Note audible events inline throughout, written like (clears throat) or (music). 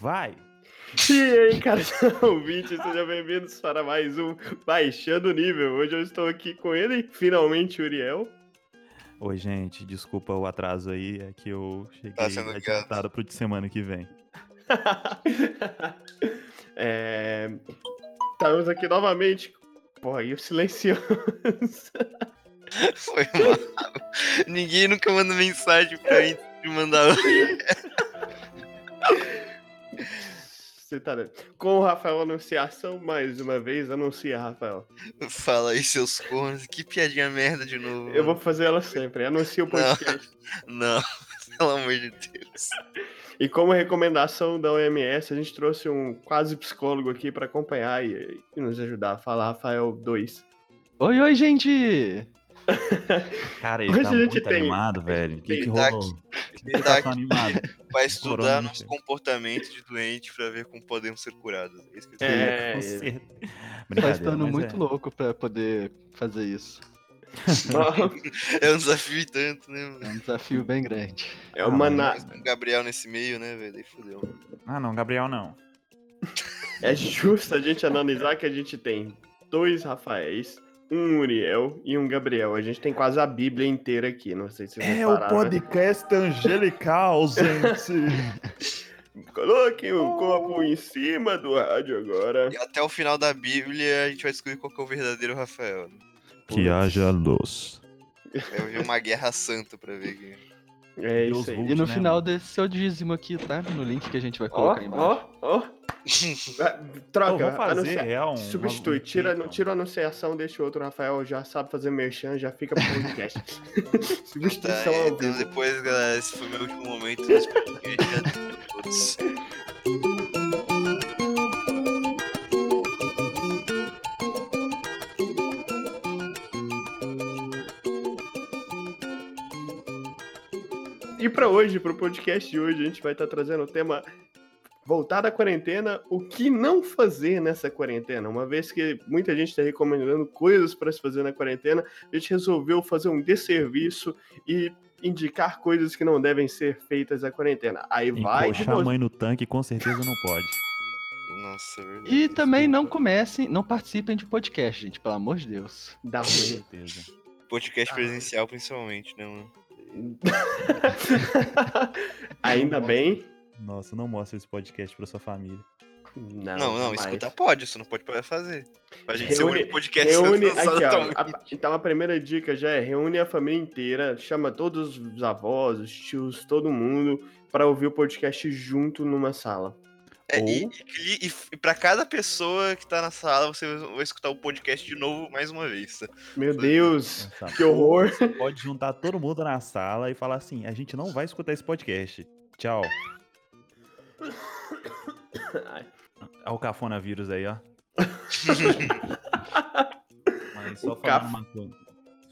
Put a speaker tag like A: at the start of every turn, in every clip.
A: Vai!
B: E aí, cara, (laughs) ouvinte, sejam bem-vindos para mais um Baixando o Nível. Hoje eu estou aqui com ele, finalmente, Uriel.
A: Oi, gente, desculpa o atraso aí, é que eu cheguei
C: Tá sendo
A: adiantado pro de semana que vem.
B: É, Estamos aqui novamente. Porra, e o silencioso. (laughs)
C: Foi mal. Ninguém nunca manda mensagem pra mim de mandar.
B: Você tá dentro. Com o Rafael Anunciação, mais uma vez, anuncia, Rafael.
C: Fala aí, seus cornos. Que piadinha merda de novo.
B: Eu vou fazer ela sempre, anuncia o
C: Não.
B: podcast.
C: Não, (laughs) pelo amor de Deus.
B: E como recomendação da OMS, a gente trouxe um quase psicólogo aqui para acompanhar e, e nos ajudar a falar, Rafael 2.
D: Oi, oi, gente!
A: Cara, ele
B: Hoje
A: tá
B: a gente
A: muito
B: tem-
A: animado, velho. O que, que
C: tem
A: rolou? Por que Ele
C: tá
A: tá tão animado. Corona,
C: Vai estudar nosso
A: gente.
C: comportamento de doente pra ver como podemos ser curados. É isso que
B: (laughs)
C: eu
B: É,
C: queria.
A: Com
B: ele-
A: certeza.
D: Tá
A: Brincadeira,
D: estando
A: mas
D: muito
A: é.
D: louco pra poder fazer isso.
C: É um desafio e tanto, né, mano?
D: É um desafio bem grande.
B: (laughs) é uma na...
C: Mas com o Gabriel nesse meio, né, velho? Aí fudeu.
A: Ah, não, Gabriel não.
B: Tá É justo a gente analisar que a gente tem dois Rafaéis, um Uriel e um Gabriel. A gente tem quase a Bíblia inteira aqui, não sei se vocês repararam, né?
A: É podcast (laughs) angelical, gente.
B: Coloquem o copo em cima do rádio agora.
C: E até o final da Bíblia a gente vai descobrir qual que é o verdadeiro Rafael. né?
A: que haja luz.
C: Vai haver uma guerra santa pra ver quem.
B: É
A: Deus
B: isso aí.
A: Putz,
D: E no
A: né,
D: final
A: mano?
D: desse seu dízimo aqui, tá? No link que a gente vai
B: Ó,
D: colocar aí embaixo.
B: ó,
C: (laughs)
B: ó. Ah,
A: Eu
B: Troca,
A: vou fazer
B: anuncia-
A: real um.
B: Substitui,
A: um-
B: tira, não, tira a anunciação, deixa o outro Rafael, já sabe fazer merchan, já fica
C: (laughs)
B: pro podcast. Substituição
C: Tá,
B: ao
C: então
B: vivo.
C: depois, galera, esse foi meu último momento desse
B: (laughs)
C: podcast.
B: E pra hoje, pro podcast de hoje, a gente vai estar trazendo o tema voltar à quarentena, o que não fazer nessa quarentena. Uma vez que muita gente está recomendando coisas para se fazer na quarentena, a gente resolveu fazer um desserviço e indicar coisas que não devem ser feitas na quarentena. Aí vai de
A: Encoxar a
B: você.
A: mãe no tanque com certeza não
B: (laughs)
A: pode.
C: Nossa, é verdade.
D: E também não comecem, não participem de podcast, gente, pelo amor de Deus.
B: Dá um
A: Com
B: ruim.
A: certeza.
C: Podcast
B: Ah.
C: presencial, principalmente, né, mano?
B: Ainda bem.
A: Nossa, não mostra esse podcast pra sua família.
B: Não,
C: Não, não,
B: jamais.
C: escutar pode, isso não pode parar de fazer. Pra gente ser o
B: Reúne-
C: único
B: (laughs)
C: podcast
B: Reúne,
C: lançado
B: aqui, ó,
C: atualmente.
B: a- então a primeira dica já é reúne a família inteira, chama todos os avós, os tios, todo mundo pra ouvir o podcast junto numa sala.
C: É, e,
A: Ou-
C: e cli- e f- e pra cada pessoa que tá na sala, você vai escutar o podcast de novo mais uma vez. tá?
B: Meu Deus,
A: Nossa,
B: que horror! (laughs)
A: Você pode juntar todo mundo na sala e falar assim: a gente não vai escutar esse podcast. Tchau. Olha o cafonavírus aí,
B: (laughs)
A: ó. Mas só
B: O
A: falar
B: caf-
A: uma coisa.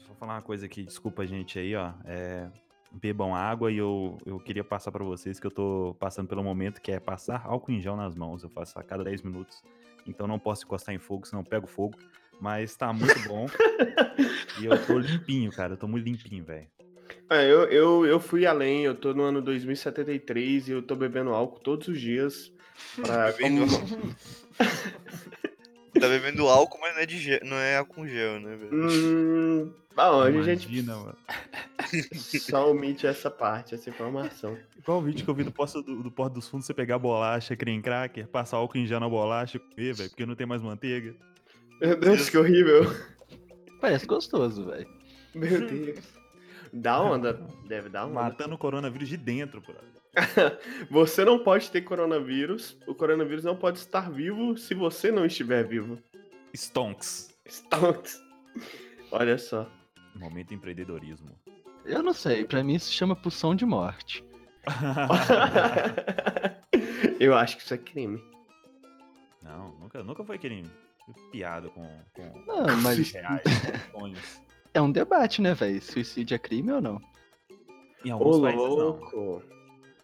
A: Só falar uma coisa aqui, desculpa, gente, aí, ó. É, bebam água e eu, eu queria passar pra vocês que eu tô passando pelo momento que é passar álcool em gel nas mãos. Eu faço a cada 10 minutos. Então não posso encostar em fogo, senão eu pego fogo. Mas tá muito bom. e eu tô limpinho, cara. Eu tô muito limpinho, velho.
B: É, eu, eu, eu fui além, eu tô no ano 2073 e eu tô bebendo álcool todos os dias. (laughs) Pra,
C: Bebendo
B: como-
C: (laughs) Tá bebendo álcool, mas não é, de gel, não é álcool em gel, né, velho? (laughs)
B: Hum, bom, a gente
A: Imagina, mano.
B: só omite essa parte, essa informação.
A: Igual o vídeo que eu vi do Porta, do, do Porta dos Fundos, você pegar bolacha, cream cracker, passar álcool em gel na bolacha e comer, velho, porque não tem mais manteiga.
B: Meu Deus, que (laughs) horrível!
D: Parece gostoso, velho.
B: Meu Deus. Dá onda, deve dar onda.
A: Matando o coronavírus de dentro, bro.
B: Você não pode ter coronavírus. O coronavírus não pode estar vivo se você não estiver vivo.
A: Stonks.
B: Stonks. (laughs) Olha só. (laughs)
A: Momento empreendedorismo.
D: Eu não sei, pra mim isso chama pulsão de morte.
B: Eu acho que isso é crime.
A: não, nunca, nunca foi crime. Piada com,
B: (laughs)
A: com
D: Não, mas
A: reais, com sonhos.
D: é um debate, né, velho? Suicídio é crime ou não?
A: Em
B: Ô,
A: alguns países, não.
B: louco.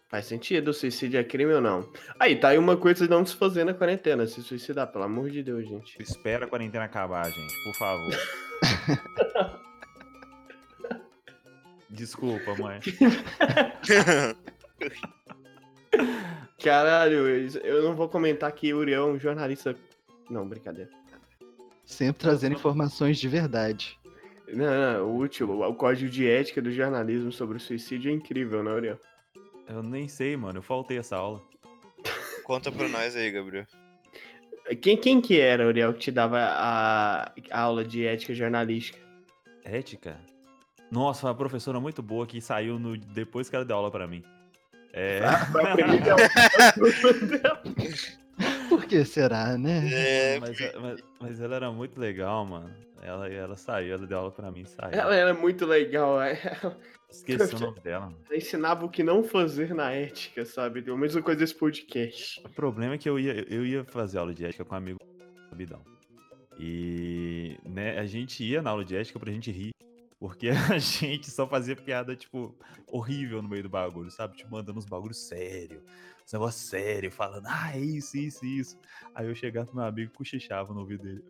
B: Faz sentido, suicídio é crime ou não? Aí, tá aí uma coisa de não se fazer na quarentena, se suicidar, pelo amor de Deus, gente.
A: Tipo, Espera a quarentena acabar, gente, por
B: (laughs)
A: favor. Desculpa, mãe.
B: Caralho, eu não vou comentar que Yuri é um jornalista. Não, brincadeira.
D: Sempre trazendo informações de verdade.
B: Não, não, o último, o código de ética do jornalismo sobre o suicídio é incrível, né, Uriel?
A: Eu nem sei, mano. Eu faltei essa aula.
C: Conta pra nós aí, Gabriel.
B: Quem, quem que era, Uriel, que te dava a, a aula de ética jornalística?
A: Ética? Nossa, uma professora muito boa que saiu no... depois que ela deu aula pra mim. É. (laughs)
B: Foi a primeira-
D: Por que será, né?
C: É,
A: Mas, mas- mas ela era muito legal, mano. Ela, ela saiu, ela deu aula pra mim, saiu.
B: Ela é era muito legal, é.
A: Esqueci o nome dela. mano.
B: Ela ensinava o que não fazer na ética, sabe? Deu a mesma coisa desse podcast.
A: O problema é que eu ia, eu ia fazer aula de ética com um amigo do Bidão. E né, a gente ia na aula de ética pra gente rir. Porque (laughs) a gente só fazia piada, tipo, horrível no meio do bagulho, sabe? Tipo, mandando uns bagulhos sério, uns negócios sério, falando, ah, é isso, isso, isso. Aí eu chegava pro meu amigo e cochichava no ouvido dele.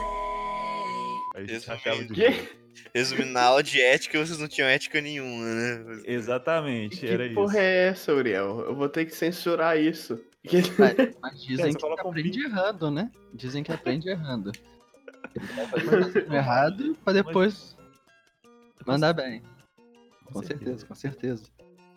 A: "Ah". Aí a gente
C: Esse
A: achava de
C: momento.
A: boa.
C: resumindo, na aula de ética, vocês não tinham ética nenhuma, né?
A: Exatamente, era
B: que porra
A: isso.
B: é essa, Uriel? Eu vou ter que censurar isso. (laughs)
D: Mas, mas
A: É,
D: dizem
A: você
D: que
A: coloca um
D: aprende errando, né? Dizem que aprende errando. Ele vai fazer tudo errado pra depois mandar bem. Com certeza, com certeza.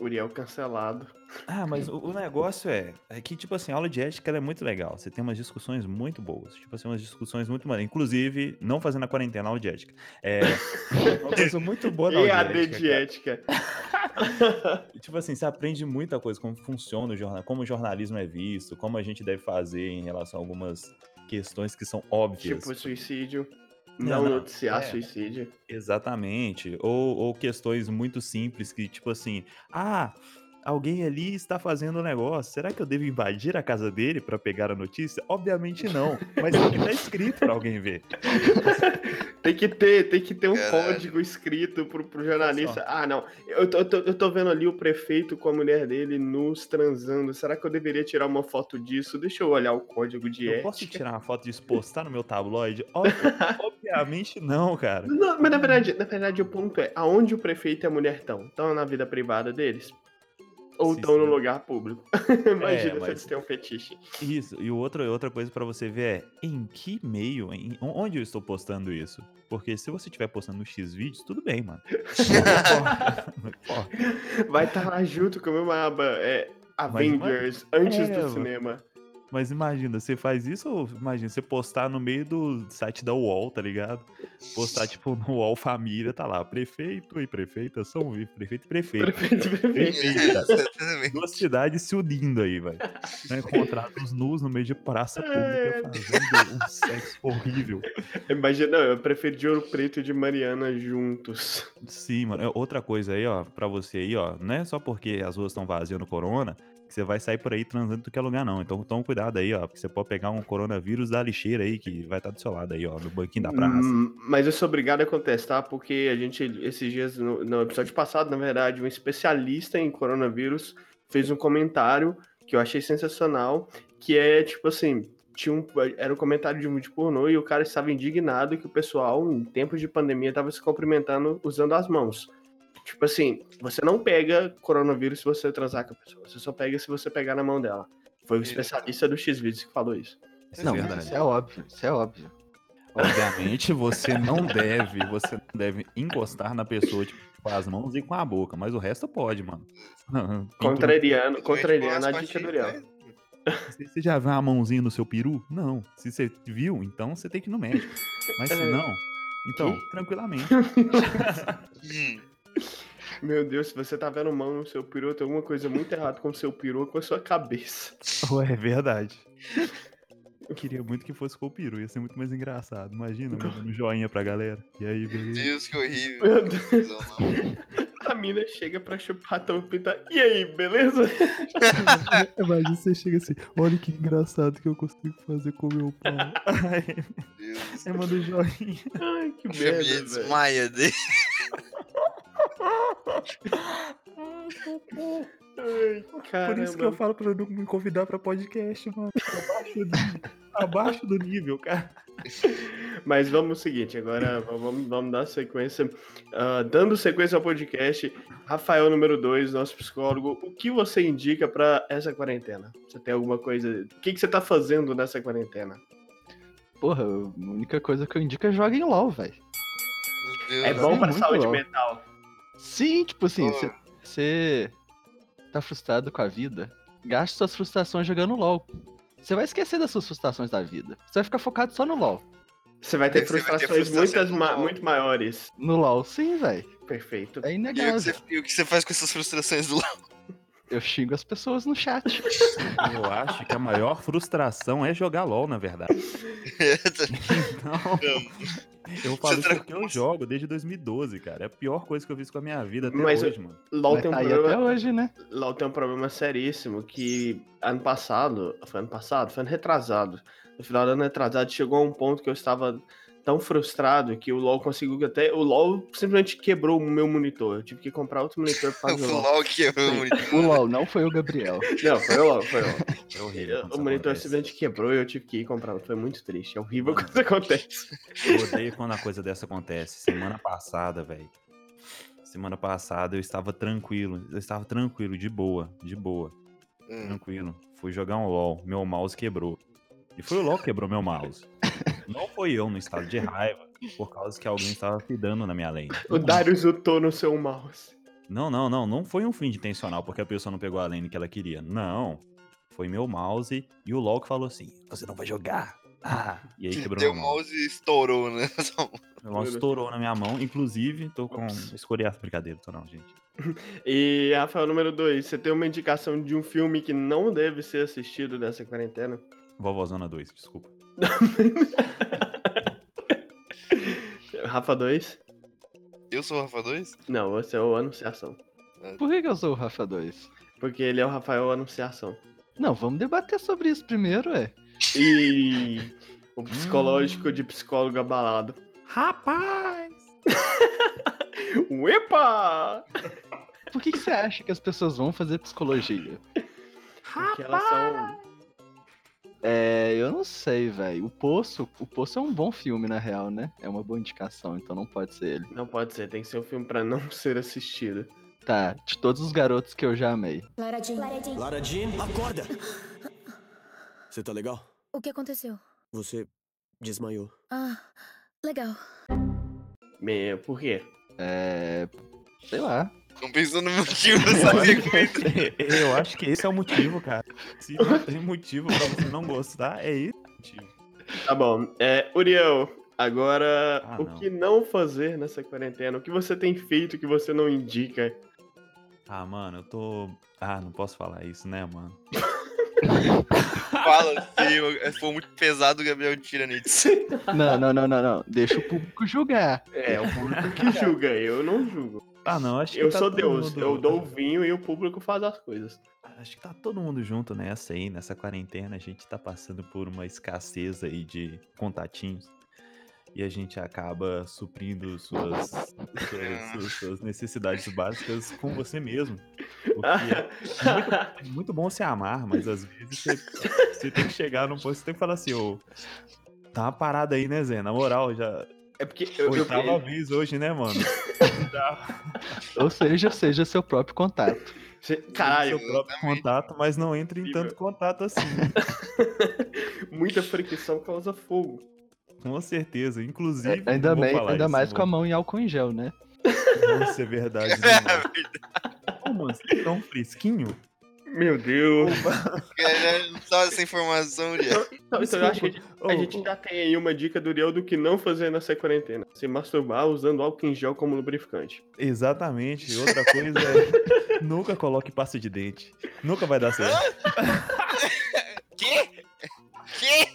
B: Uriel cancelado.
A: Ah, mas o, o negócio é, é que, tipo assim, a aula de ética ela é muito legal. Você tem umas discussões muito boas. Tipo assim, umas discussões muito maneiras. Inclusive, não fazendo a quarentena, a aula de ética. (laughs) É uma coisa muito boa na aula de
B: EAD
A: ética. cara.
B: de ética.
A: Tipo assim, você aprende muita coisa, como funciona o jornal, como o jornalismo é visto, como a gente deve fazer em relação a algumas questões que são óbvias.
B: Tipo, suicídio.
A: Não,
B: Não,
A: não.
B: noticiar
A: É.
B: suicídio.
A: Exatamente. Ou, ou questões muito simples que, tipo assim, ah, alguém ali está fazendo um negócio. Será que eu devo invadir a casa dele para pegar a notícia? Obviamente não. Mas tem que estar escrito para alguém ver.
B: Tem que ter, tem que ter um
C: Caralho.
B: código escrito pro, pro jornalista. Ah, não. Eu, tô- eu, tô, eu tô vendo ali o prefeito com a mulher dele nos transando. Será que eu deveria tirar uma foto disso? Deixa eu olhar o código de
A: Eu
B: ética.
A: posso tirar uma foto disso, postar no meu tabloide? Ob- Obviamente não, cara.
B: Não, mas na verdade, na verdade o ponto é, aonde o prefeito e a mulher estão? Estão na vida privada deles? Ou
A: Sim,
B: estão no
A: sim. É,
B: lugar público? (laughs) Imagina
A: mas-
B: se eles têm um fetiche.
A: Isso. E outra, outra coisa para você ver é em que meio, em- onde eu estou postando isso? Porque se você estiver postando no X vídeos, tudo bem, mano. Não importa. Não importa.
B: Vai estar lá junto com a mesma aba, é,
A: Mas-
B: Avengers, antes
A: É,
B: do
A: mano.
B: cinema.
A: Mas imagina, você faz isso ou imagina você postar no meio do site da UOL, tá ligado? Postar tipo no UOL Família, tá lá, prefeito e prefeita são vi- prefeito e prefeita.
B: Prefeito, prefeito.
C: (laughs) Exatamente.
A: Duas cidades se unindo aí, velho. Né? Contratos nus no meio de praça
B: É.
A: pública fazendo um sexo horrível.
B: Imagina, não, é o prefeito de Ouro Preto e de Mariana juntos.
A: Sim, mano. É, Outra coisa aí, ó, pra você aí, ó, não é só porque as ruas estão vazias no corona que você vai sair por aí transando em qualquer lugar, não. Então toma cuidado aí, ó, porque você pode pegar um coronavírus da lixeira aí, que vai estar do seu lado aí, ó, no banquinho da praça.
B: Hum, Mas eu sou obrigado a contestar, porque a gente, esses dias, no, no episódio passado, na verdade, um especialista em coronavírus fez um comentário que eu achei sensacional, que é tipo assim. Tinha um, era um comentário de um vídeo pornô e o cara estava indignado que o pessoal, em tempos de pandemia, estava se cumprimentando usando as mãos. Tipo assim, você não pega coronavírus se você transar com a pessoa, você só pega se você pegar na mão dela. Foi o
C: Isso.
B: especialista do X-Vídeos que falou isso.
A: Isso
D: Não,
A: é verdade.
D: isso é óbvio, isso é óbvio.
A: (laughs) Obviamente, você não deve, você não deve encostar na pessoa, tipo, com as mãos e com a boca, mas o resto pode, mano. (laughs) Então,
B: Contrariando,
C: Principalmente com
B: contrariando
C: as
B: a dica é do
C: partes-
B: Uriel.
A: Você você já viu uma mãozinha no seu peru? Não. Se você viu, então você tem que ir no médico. Mas se
B: É.
A: não, então,
B: Que?
A: tranquilamente.
C: Hum,
B: Meu Deus, se você tá vendo mão no seu peru, tem alguma coisa muito errada com o seu peru ou com a sua cabeça.
A: Ué, é verdade. Eu queria muito que fosse com o peru, ia ser muito mais engraçado. Imagina, mandando um joinha pra galera. E aí, (laughs) beleza?
C: Deus, que horrível.
B: Meu Deus, a mina chega pra chupar a tampa e tá. E aí, beleza?
A: Imagina você chega assim, olha que engraçado que eu consigo fazer com o meu pau. (laughs) Aí,
C: Meu
B: (laughs)
C: Deus.
A: aí manda um joinha.
B: Ai, que
C: A família
B: É merda, velho.
C: desmaia dele.
B: Ai,
A: Por
B: caramba.
A: isso que eu falo pra não me convidar pra podcast, mano. Abaixo do, abaixo do nível, cara.
B: Mas vamos o seguinte, agora vamos, vamos dar sequência. Ah, dando sequência ao podcast, Rafael número 2, nosso psicólogo, o que você indica para essa quarentena? Você tem alguma coisa. O que, que você tá fazendo nessa quarentena?
D: Porra, a única coisa que eu indico é joga em LOL, velho.
C: Meu Deus.
B: É
D: Deus,
B: bom
D: é
B: para
D: muito
B: saúde
D: bom.
B: mental.
D: Sim, tipo assim,
C: Pô.
D: você tá frustrado com a vida, gaste suas frustrações jogando LOL. Você vai esquecer das suas frustrações da vida. Você vai ficar focado só no LOL.
B: Você vai ter
C: Você vai ter
B: frustrações
C: frustração
B: muitas ma-
C: mental.
B: muito maiores.
D: No LOL, sim, velho.
B: Perfeito.
C: E o,
D: É
C: que
D: inegável.
C: você, e o que você faz com essas frustrações do lado?
D: Eu xingo as pessoas no chat.
A: Eu acho que a maior frustração é jogar LOL, na verdade. Então, eu falo isso porque eu jogo desde 2012, cara. É a pior coisa que eu fiz com a minha vida até
B: Mas
A: hoje, mano.
B: LOL
D: Mas
B: tem um
D: tá aí
B: problema.
D: até hoje, né?
B: LOL tem um problema seríssimo que ano passado, foi ano passado, foi ano retrasado. No final do ano retrasado chegou a um ponto que eu estava tão frustrado que o LoL conseguiu até o LoL simplesmente quebrou o meu monitor. Eu tive que comprar outro monitor
C: (laughs)
B: para
C: O
B: fazer o LoL.
C: LOL que é meu monitor.
D: O LOL não foi o Gabriel.
B: Não, foi o LoL, foi o LoL.
A: É horrível. quando
B: O
A: isso
B: monitor
A: acontece.
B: simplesmente quebrou e eu tive que ir comprar outro. Foi muito triste. É horrível (laughs) quando isso
D: (laughs)
B: acontece.
A: Eu odeio quando a coisa dessa acontece. Semana passada, velho. Semana passada eu estava tranquilo. Eu estava tranquilo, de boa, de boa,
C: Hum.
A: tranquilo. Fui jogar um LOL, meu mouse quebrou. E foi o LOL que quebrou meu mouse. Não foi eu no estado de raiva, por causa que alguém estava se dando na minha lane.
B: O Darius lutou no seu mouse.
A: Não, não, não. Não foi um fim intencional, porque a pessoa não pegou a lane que ela queria. Não. Foi meu mouse e o LOL que falou assim: você não vai jogar. Ah, e aí quebrou
C: Deu um
A: meu
C: o
A: mouse.
C: mouse e estourou, né? (laughs)
A: Meu mouse estourou na minha mão, inclusive, tô com escoriaço, brincadeira, tô não, gente.
B: E Rafael número 2, você tem uma indicação de um filme que não deve ser assistido nessa quarentena?
A: Vovozona 2, desculpa.
B: Rafa 2?
C: Eu sou o Rafa 2?
B: Não, você é o Anunciação.
D: Por que, que eu sou o Rafa 2?
B: Porque ele é o Rafael Anunciação.
D: Não, vamos debater sobre isso primeiro, é.
A: (laughs)
B: E o psicológico de psicólogo abalado.
A: Rapaz!
B: (laughs) Uepa!
D: Por que, que você acha que as pessoas vão fazer psicologia?
B: Porque elas são.
D: É, eu não sei, velho. O Poço, o Poço é um bom filme, na real, né? É uma boa indicação, então não pode ser ele.
B: Não pode ser, tem que ser um filme pra não (laughs) ser assistido.
D: Tá, de todos os garotos que eu já amei.
E: Lara Jean.
F: Lara Jean, acorda! Você tá legal?
E: O que aconteceu?
F: Você desmaiou.
E: Ah, legal.
B: Me... Por quê?
D: É. Sei lá.
C: Não pensou no
B: (laughs)
C: motivo, eu sabia como é que
A: Eu acho que esse é o motivo, cara. Se não tem motivo pra você não gostar, é esse o motivo.
B: Tá bom. É, Uriel, agora
A: Ah,
B: o
A: não.
B: que não fazer nessa quarentena? O que você tem feito que você não indica?
A: Ah, mano, eu tô. Ah, não posso falar isso, né, mano?
C: fala assim. eu- Foi muito pesado o Gabriel Tiranitz.
D: Não, não, não, não, não. Deixa o público julgar.
B: É, o público
A: (laughs)
B: que julga, eu não julgo.
A: Ah, não, acho que.
B: Eu
A: tá
B: sou
A: todo
B: Deus,
A: mundo-
B: eu dou o vinho e o público faz as coisas.
A: Acho que tá todo mundo junto nessa aí, nessa quarentena. A gente tá passando por uma escassez aí de contatinhos. E a gente acaba suprindo suas, suas-
B: (laughs)
A: suas- suas necessidades básicas com você mesmo. O que
B: (laughs)
A: é É muito bom se amar, mas às vezes você, você tem que chegar num ponto, você tem que falar assim, ô. Tá uma parada aí, né, Zé? Na moral, já.
B: é porque eu, eu,
A: Oitava vez hoje, né, mano?
D: Ou seja, seja seu próprio contato.
B: Cê- Caralho,
A: Seu próprio contato, mas não entre em tanto contato assim.
B: muita fricção causa fogo.
A: Com certeza. Inclusive.
D: É, Ainda,
A: vou
D: bem,
A: falar
D: ainda
A: isso,
D: mais com a
A: vou-
D: mão em álcool em gel, né?
A: Nossa, é
D: (laughs)
A: verdade. Né, mano? Ô, mano, você tá tão fresquinho?
B: Meu Deus. (laughs)
C: Cara, Não precisava dessa né, informação, Uriel.
B: Então, então eu acho que a gente,
A: Ô,
B: a gente já tem aí uma dica do Uriel do que não fazer nessa quarentena. Se masturbar usando álcool em gel como lubrificante.
A: Exatamente. Outra coisa é. nunca coloque pasta de dente. Nunca vai dar certo.
C: Que? Que?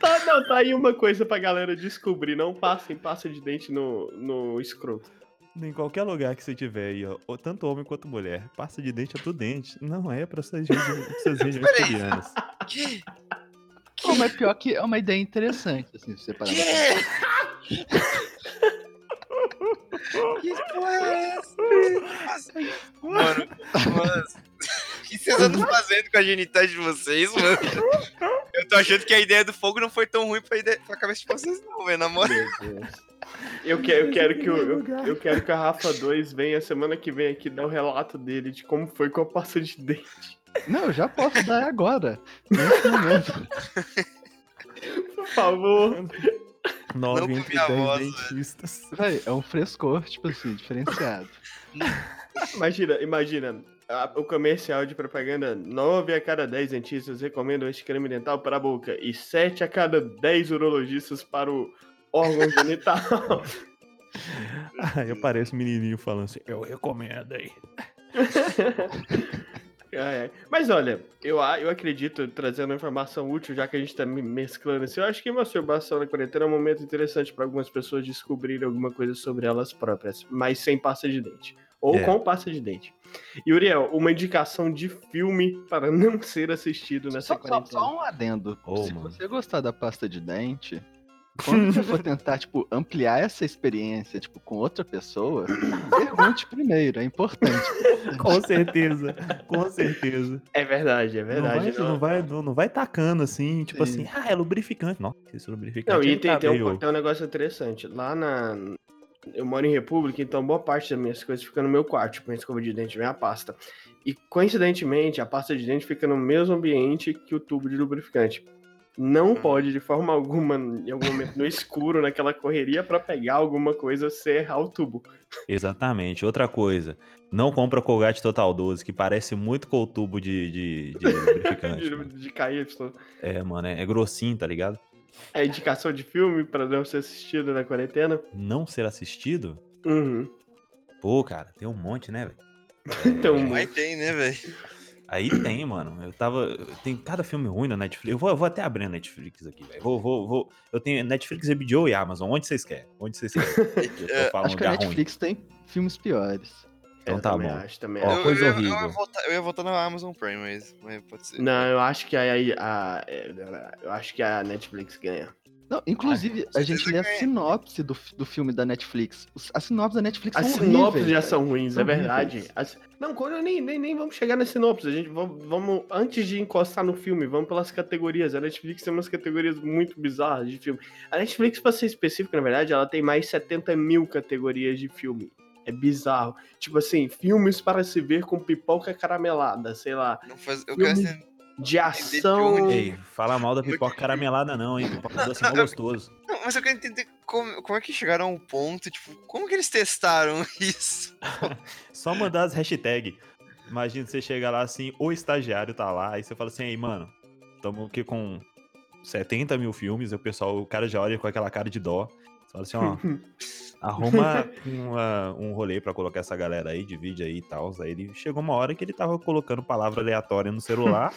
B: Tá, não, tá aí uma coisa pra galera descobrir. Não passem pasta de dente no, no escroto.
A: Em qualquer lugar que você tiver aí, ó. ou Tanto homem quanto mulher. Pasta de dente é pro dente. Não é pra essas regiões pra essas regiões
C: Peraí.
A: pubianas.
C: Que?
D: Pô, mas pior que é uma ideia interessante, assim, se você parar. pra pensar.
C: Que? (laughs) Que porra é essa? Mano, mano, o que vocês andam fazendo com a genitais de vocês, mano? Eu Eu tô achando que a ideia do fogo não foi tão ruim pra, ideia, pra cabeça de vocês, não, velho. Na moral.
B: Meu Deus. Eu, que- eu quero que o, eu, eu quero que a Rafa 2 venha semana que vem aqui dar o relato dele de como foi com a pasta de dente.
D: Não, eu já posso dar agora. Nesse momento. (laughs)
B: Por favor.
C: Não
A: Nove
C: com
A: entre
C: minha
A: dez
C: voz,
A: dentistas.
D: Véi, é um frescor, tipo assim, diferenciado.
B: Imagina, imagina. a- o comercial de propaganda: 9 a cada 10 dentistas recomendam este creme dental para a boca e 7 a cada 10 urologistas para o
D: (laughs)
B: órgão genital.
A: Aí aparece o menininho falando assim, eu recomendo aí.
B: Ai, ai. Mas olha, eu, a- eu acredito, trazendo informação útil, já que a gente tá me- mesclando isso, eu acho que masturbação na quarentena é um momento interessante para algumas pessoas descobrirem alguma coisa sobre elas próprias, mas sem pasta de dente. Ou
A: É.
B: com pasta de dente. E Uriel, uma indicação de filme para não ser assistido nessa
D: Só, só-
B: quarentena.
D: só um adendo.
A: Ô,
D: Se
A: mano.
D: você gostar da pasta de dente, quando você for tentar, tipo, ampliar essa experiência, tipo, com outra
A: (coughs)
D: pessoa, pergunte primeiro, é importante.
A: (laughs) Com certeza, com certeza.
B: É verdade, é
A: não,
B: verdade.
A: vai, não, vai, não, não vai tacando assim, tipo
D: Sim.
A: assim, ah, é lubrificante. Nossa, esse lubrificante
B: Não,
A: ele
B: e tem,
A: tá
B: tem,
A: meio-
B: um, tem um negócio interessante. Lá na. Eu moro em República, então boa parte das minhas coisas fica no meu quarto, tipo, minha escova de dente, minha pasta. E coincidentemente, a pasta de dente fica no mesmo ambiente que o tubo de lubrificante.
A: Hum.
B: Não pode, de forma alguma, em algum momento, no escuro, naquela correria, pra pegar alguma coisa, você errar o tubo.
A: Exatamente. Outra coisa, não compra Colgate Total 12, que parece muito com o tubo de, de, de lubrificante.
B: De,
A: mano.
B: de KY.
A: É, mano, é, é grossinho, tá ligado?
B: É indicação de filme pra não ser assistido na quarentena?
A: Não ser assistido?
B: Uhum.
A: Pô, cara, tem um monte, né, velho?
B: Então,
C: Mas tem, né, velho?
A: Aí tem, mano. Eu tava. Tem cada filme ruim na Netflix. Eu vou, eu vou até abrir a Netflix aqui, velho. Vou, vou, vou. Eu tenho Netflix, HBO e Amazon. Onde vocês querem? Onde vocês querem? Eu tô falando
D: Acho que a
A: um lugar ruim.
D: Netflix tem filmes piores.
A: Então
B: eu
A: tá
B: também
A: bom.
B: acho, também
A: Ó,
B: acho.
C: eu,
A: coisa
C: eu- Eu,
A: horrível.
C: ia votar, eu ia votar na Amazon Prime, mas, mas pode ser.
B: Não, eu acho que a, a- a- é, eu acho que a Netflix ganha.
D: Não, inclusive, a
C: certeza
D: gente lê a
C: ganha.
D: sinopse do, fi- do filme da Netflix. Os- As sinopses da Netflix é
B: As
D: são
B: sinopses
D: horríveis,
B: já
D: velho.
B: são ruins, é
D: São
B: verdade.
D: horríveis.
B: As- Não, quando eu nem, nem, nem vamos chegar nas sinopses. A gente vamos, vamos- antes de encostar no filme, vamos pelas categorias. A Netflix tem umas categorias muito bizarras de filme. A Netflix, pra ser específico, na verdade, ela tem mais 70 mil categorias de filme. É bizarro. Tipo assim, filmes para se ver com pipoca caramelada, sei lá,
C: Não faz- eu
B: Filme
C: quero assim,
B: de
C: de
B: ação.
C: onde?
A: Ei, fala mal da pipoca caramelada, não, hein? Pipoca doce é mó gostoso.
C: não, mas eu quero entender como, como é que chegaram a um ponto, tipo, como que eles testaram (laughs) isso?
A: Só mandar as hashtags. Imagina você chega lá assim, o estagiário tá lá, aí você fala assim, aí, mano, tamo aqui com 70 mil filmes, aí o pessoal, o cara já olha com aquela cara de dó. Você fala assim, ó,
D: (laughs)
A: arruma uma- um rolê pra colocar essa galera aí, divide aí e tal. Aí ele chegou uma hora que ele tava colocando palavra aleatória no celular.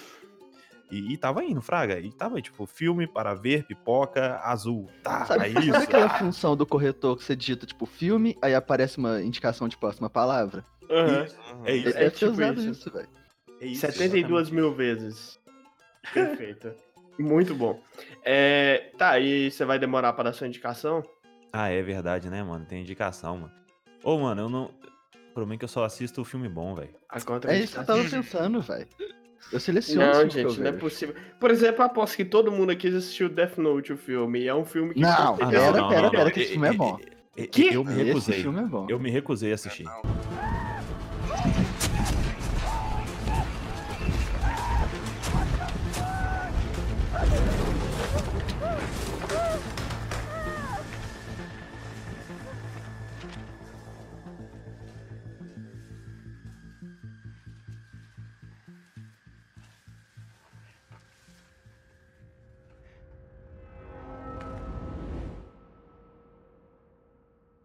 A: E, e tava indo, Fraga. E tava, tipo, filme para ver, pipoca, azul. Tá,
D: Sabe,
A: é
D: sabe
A: isso.
D: aquela função do corretor que você digita, tipo, filme, aí aparece uma indicação de próxima palavra?
B: Aham.
A: É
D: Ele
A: isso,
D: deve ter
B: tipo
D: usado
B: isso.
D: isso, velho.
A: é isso,
B: 72 mil (laughs) vezes. Perfeito. Muito bom. É, tá, e você vai demorar para dar sua indicação?
A: Ah, é verdade, né, mano? Tem indicação, mano. Ô, mano, eu não. Problema que eu só assisto filme bom, velho.
B: A
D: É isso que eu
B: contraindicação.
D: tava pensando, velho. Eu seleciono os
B: Não,
D: filmes que eu
B: gente, não é
D: vejo.
B: possível. Por exemplo, eu aposto que todo mundo aqui já assistiu Death Note, o filme. E é um filme que.
D: Não,
B: com
D: ah,
B: certeza-
D: pera, pera, pera, que esse filme é bom.
A: E- e-
B: Quê?
A: Eu me
D: Esse
A: recusei.
D: filme é bom.
A: Eu me recusei a assistir.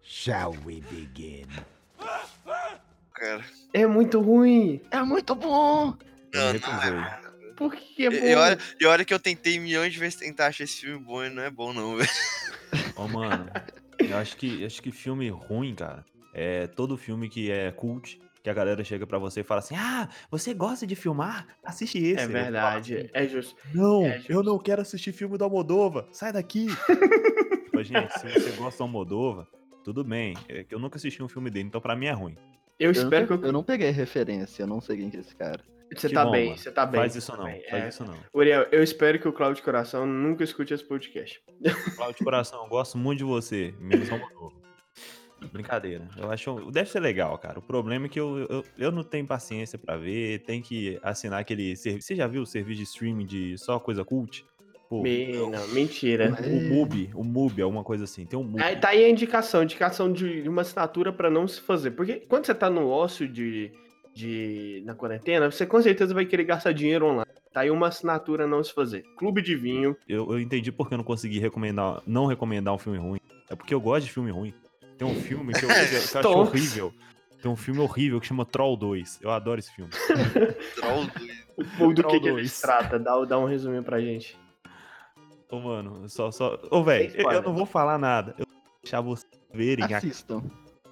F: Shall we begin?
C: Cara,
B: É muito ruim.
D: É muito bom!
A: Eu
C: não,
A: me
C: não
A: recusei.
C: é.
B: Por que que é bom?
C: E, e olha, e olha que eu tentei milhões de vezes tentar achar esse filme bom e não é bom, não, velho. (laughs)
A: Ô, mano, eu acho que, acho que filme ruim, cara, é todo filme que é cult, que a galera chega pra você e fala assim: ah, você gosta de filmar? Assiste esse.
B: É
A: Eu falo
B: verdade, é justo.
A: assim, não,
B: é justo.
A: eu não quero assistir filme do Almodova. Sai daqui. Tipo, gente, se você gosta do Almodova, tudo bem. É que eu nunca assisti um filme dele, então pra mim é ruim.
B: Eu
D: Eu não,
B: espero que
D: pe-
B: eu.
D: eu não peguei referência, eu não sei quem que é esse cara.
B: Você
A: Te
B: tá
A: bomba.
B: bem, você tá bem.
A: Faz
B: você
A: isso
B: tá
A: não,
B: bem.
A: faz
B: É.
A: isso não.
B: Uriel, eu espero que o Cláudio Coração nunca escute esse podcast.
A: Cláudio de coração, eu gosto muito de você. Menos um novo. Brincadeira. Eu acho. Deve ser legal, cara. O problema é que eu, eu, eu não tenho paciência pra ver. Tem que assinar aquele serviço. Você já viu o serviço de streaming de só coisa cult? Pô,
B: Me- não, mentira.
A: o Mubi, o Mubi, alguma coisa assim. Tem um Mubi.
B: Aí tá aí a indicação, indicação de uma assinatura pra não se fazer. Porque quando você tá no ócio de, de na quarentena, você com certeza vai querer gastar dinheiro online. Tá aí uma assinatura a não se fazer. Clube de vinho.
A: Eu, eu entendi porque eu não consegui recomendar, não recomendar um filme ruim. É porque eu gosto de filme ruim. Tem um filme que eu, que eu acho
B: Stonks.
A: horrível. Tem um filme horrível que chama Troll 2. Eu adoro esse filme.
C: Troll doido.
B: Ou do
A: Troll
B: que, que ele
A: dois.
B: se trata? Dá, dá um resuminho pra gente.
A: Ô, mano, só, só. Ô, velho,
B: Sem
A: eu, eu
B: spoiler.
A: não vou falar nada. Eu vou deixar vocês verem. a-
D: Assistam.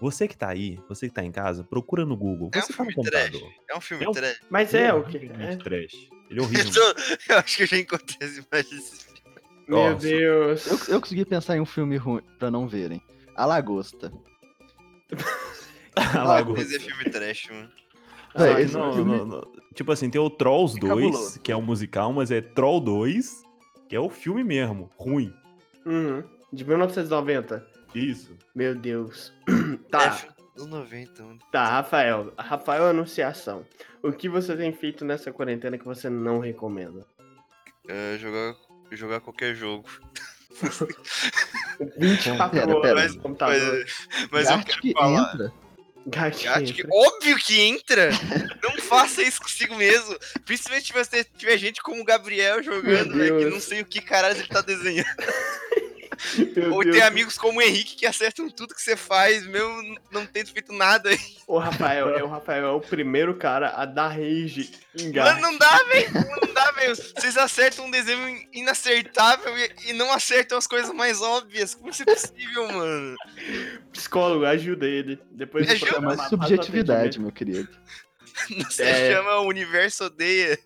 A: Você que tá aí, você que tá em casa, procura no Google.
C: É um
A: Você tá no
C: filme trash.
A: computador.
C: É um filme
A: Eu-
C: trash.
B: Mas
A: Ele
B: é o que.
A: horrivelmente
B: É.
A: trash. Ele é
C: Eu,
A: horrível. (laughs)
C: tô- (laughs) eu acho que eu já encontrei as imagens desse filme.
B: Meu
A: Nossa.
B: Deus.
D: Eu, eu consegui pensar em um filme ruim pra não verem. A Lagosta.
A: A lagosta.
C: Mas é filme trash, mano.
B: Ah,
D: Véi,
A: Só que
D: esse
A: não,
D: filme-
A: não, não. Tipo assim, tem o Trolls 2,
D: cabuloso.
A: que é um musical, mas é Troll 2, que é o filme mesmo. Ruim.
B: Uhum. De 1990.
A: Isso.
B: Meu Deus. (clears throat)
C: É
B: tá,
C: filme dos 90, mano.
B: tá, Rafael. Rafael Anunciação. O que você tem feito nessa quarentena que você não recomenda?
C: É, jogar, jogar qualquer jogo.
B: 24
D: Pera,
B: horas
D: pera.
B: no computador.
C: (laughs) Mas, mas eu
D: Gart
C: quero
D: que
C: falar.
D: entra.
B: Gatinho.
C: Acho que óbvio que
B: (laughs)
C: entra. Não faça isso consigo mesmo. Principalmente se você tiver gente como o Gabriel jogando,
B: Meu
C: velho, que
B: Deus.
C: não sei o que caralho ele tá desenhando.
B: Meu
C: Ou
B: Deus.
C: tem amigos como o Henrique que acertam tudo que você faz, mesmo não tendo feito nada.
B: O Rafael, é o Rafael é o primeiro cara a dar rage em
C: Mano,
B: gato.
C: não dá, velho. Não dá, velho. Vocês acertam um desenho in- inacertável e, e não acertam as coisas mais óbvias. Como isso é possível, mano?
B: Psicólogo, ajuda ele. Depois do
C: Me ajuda.
D: É
B: programa,
D: mais
B: faz o
D: subjetividade, meu querido.
C: Você
B: É.
C: chama o universo odeia.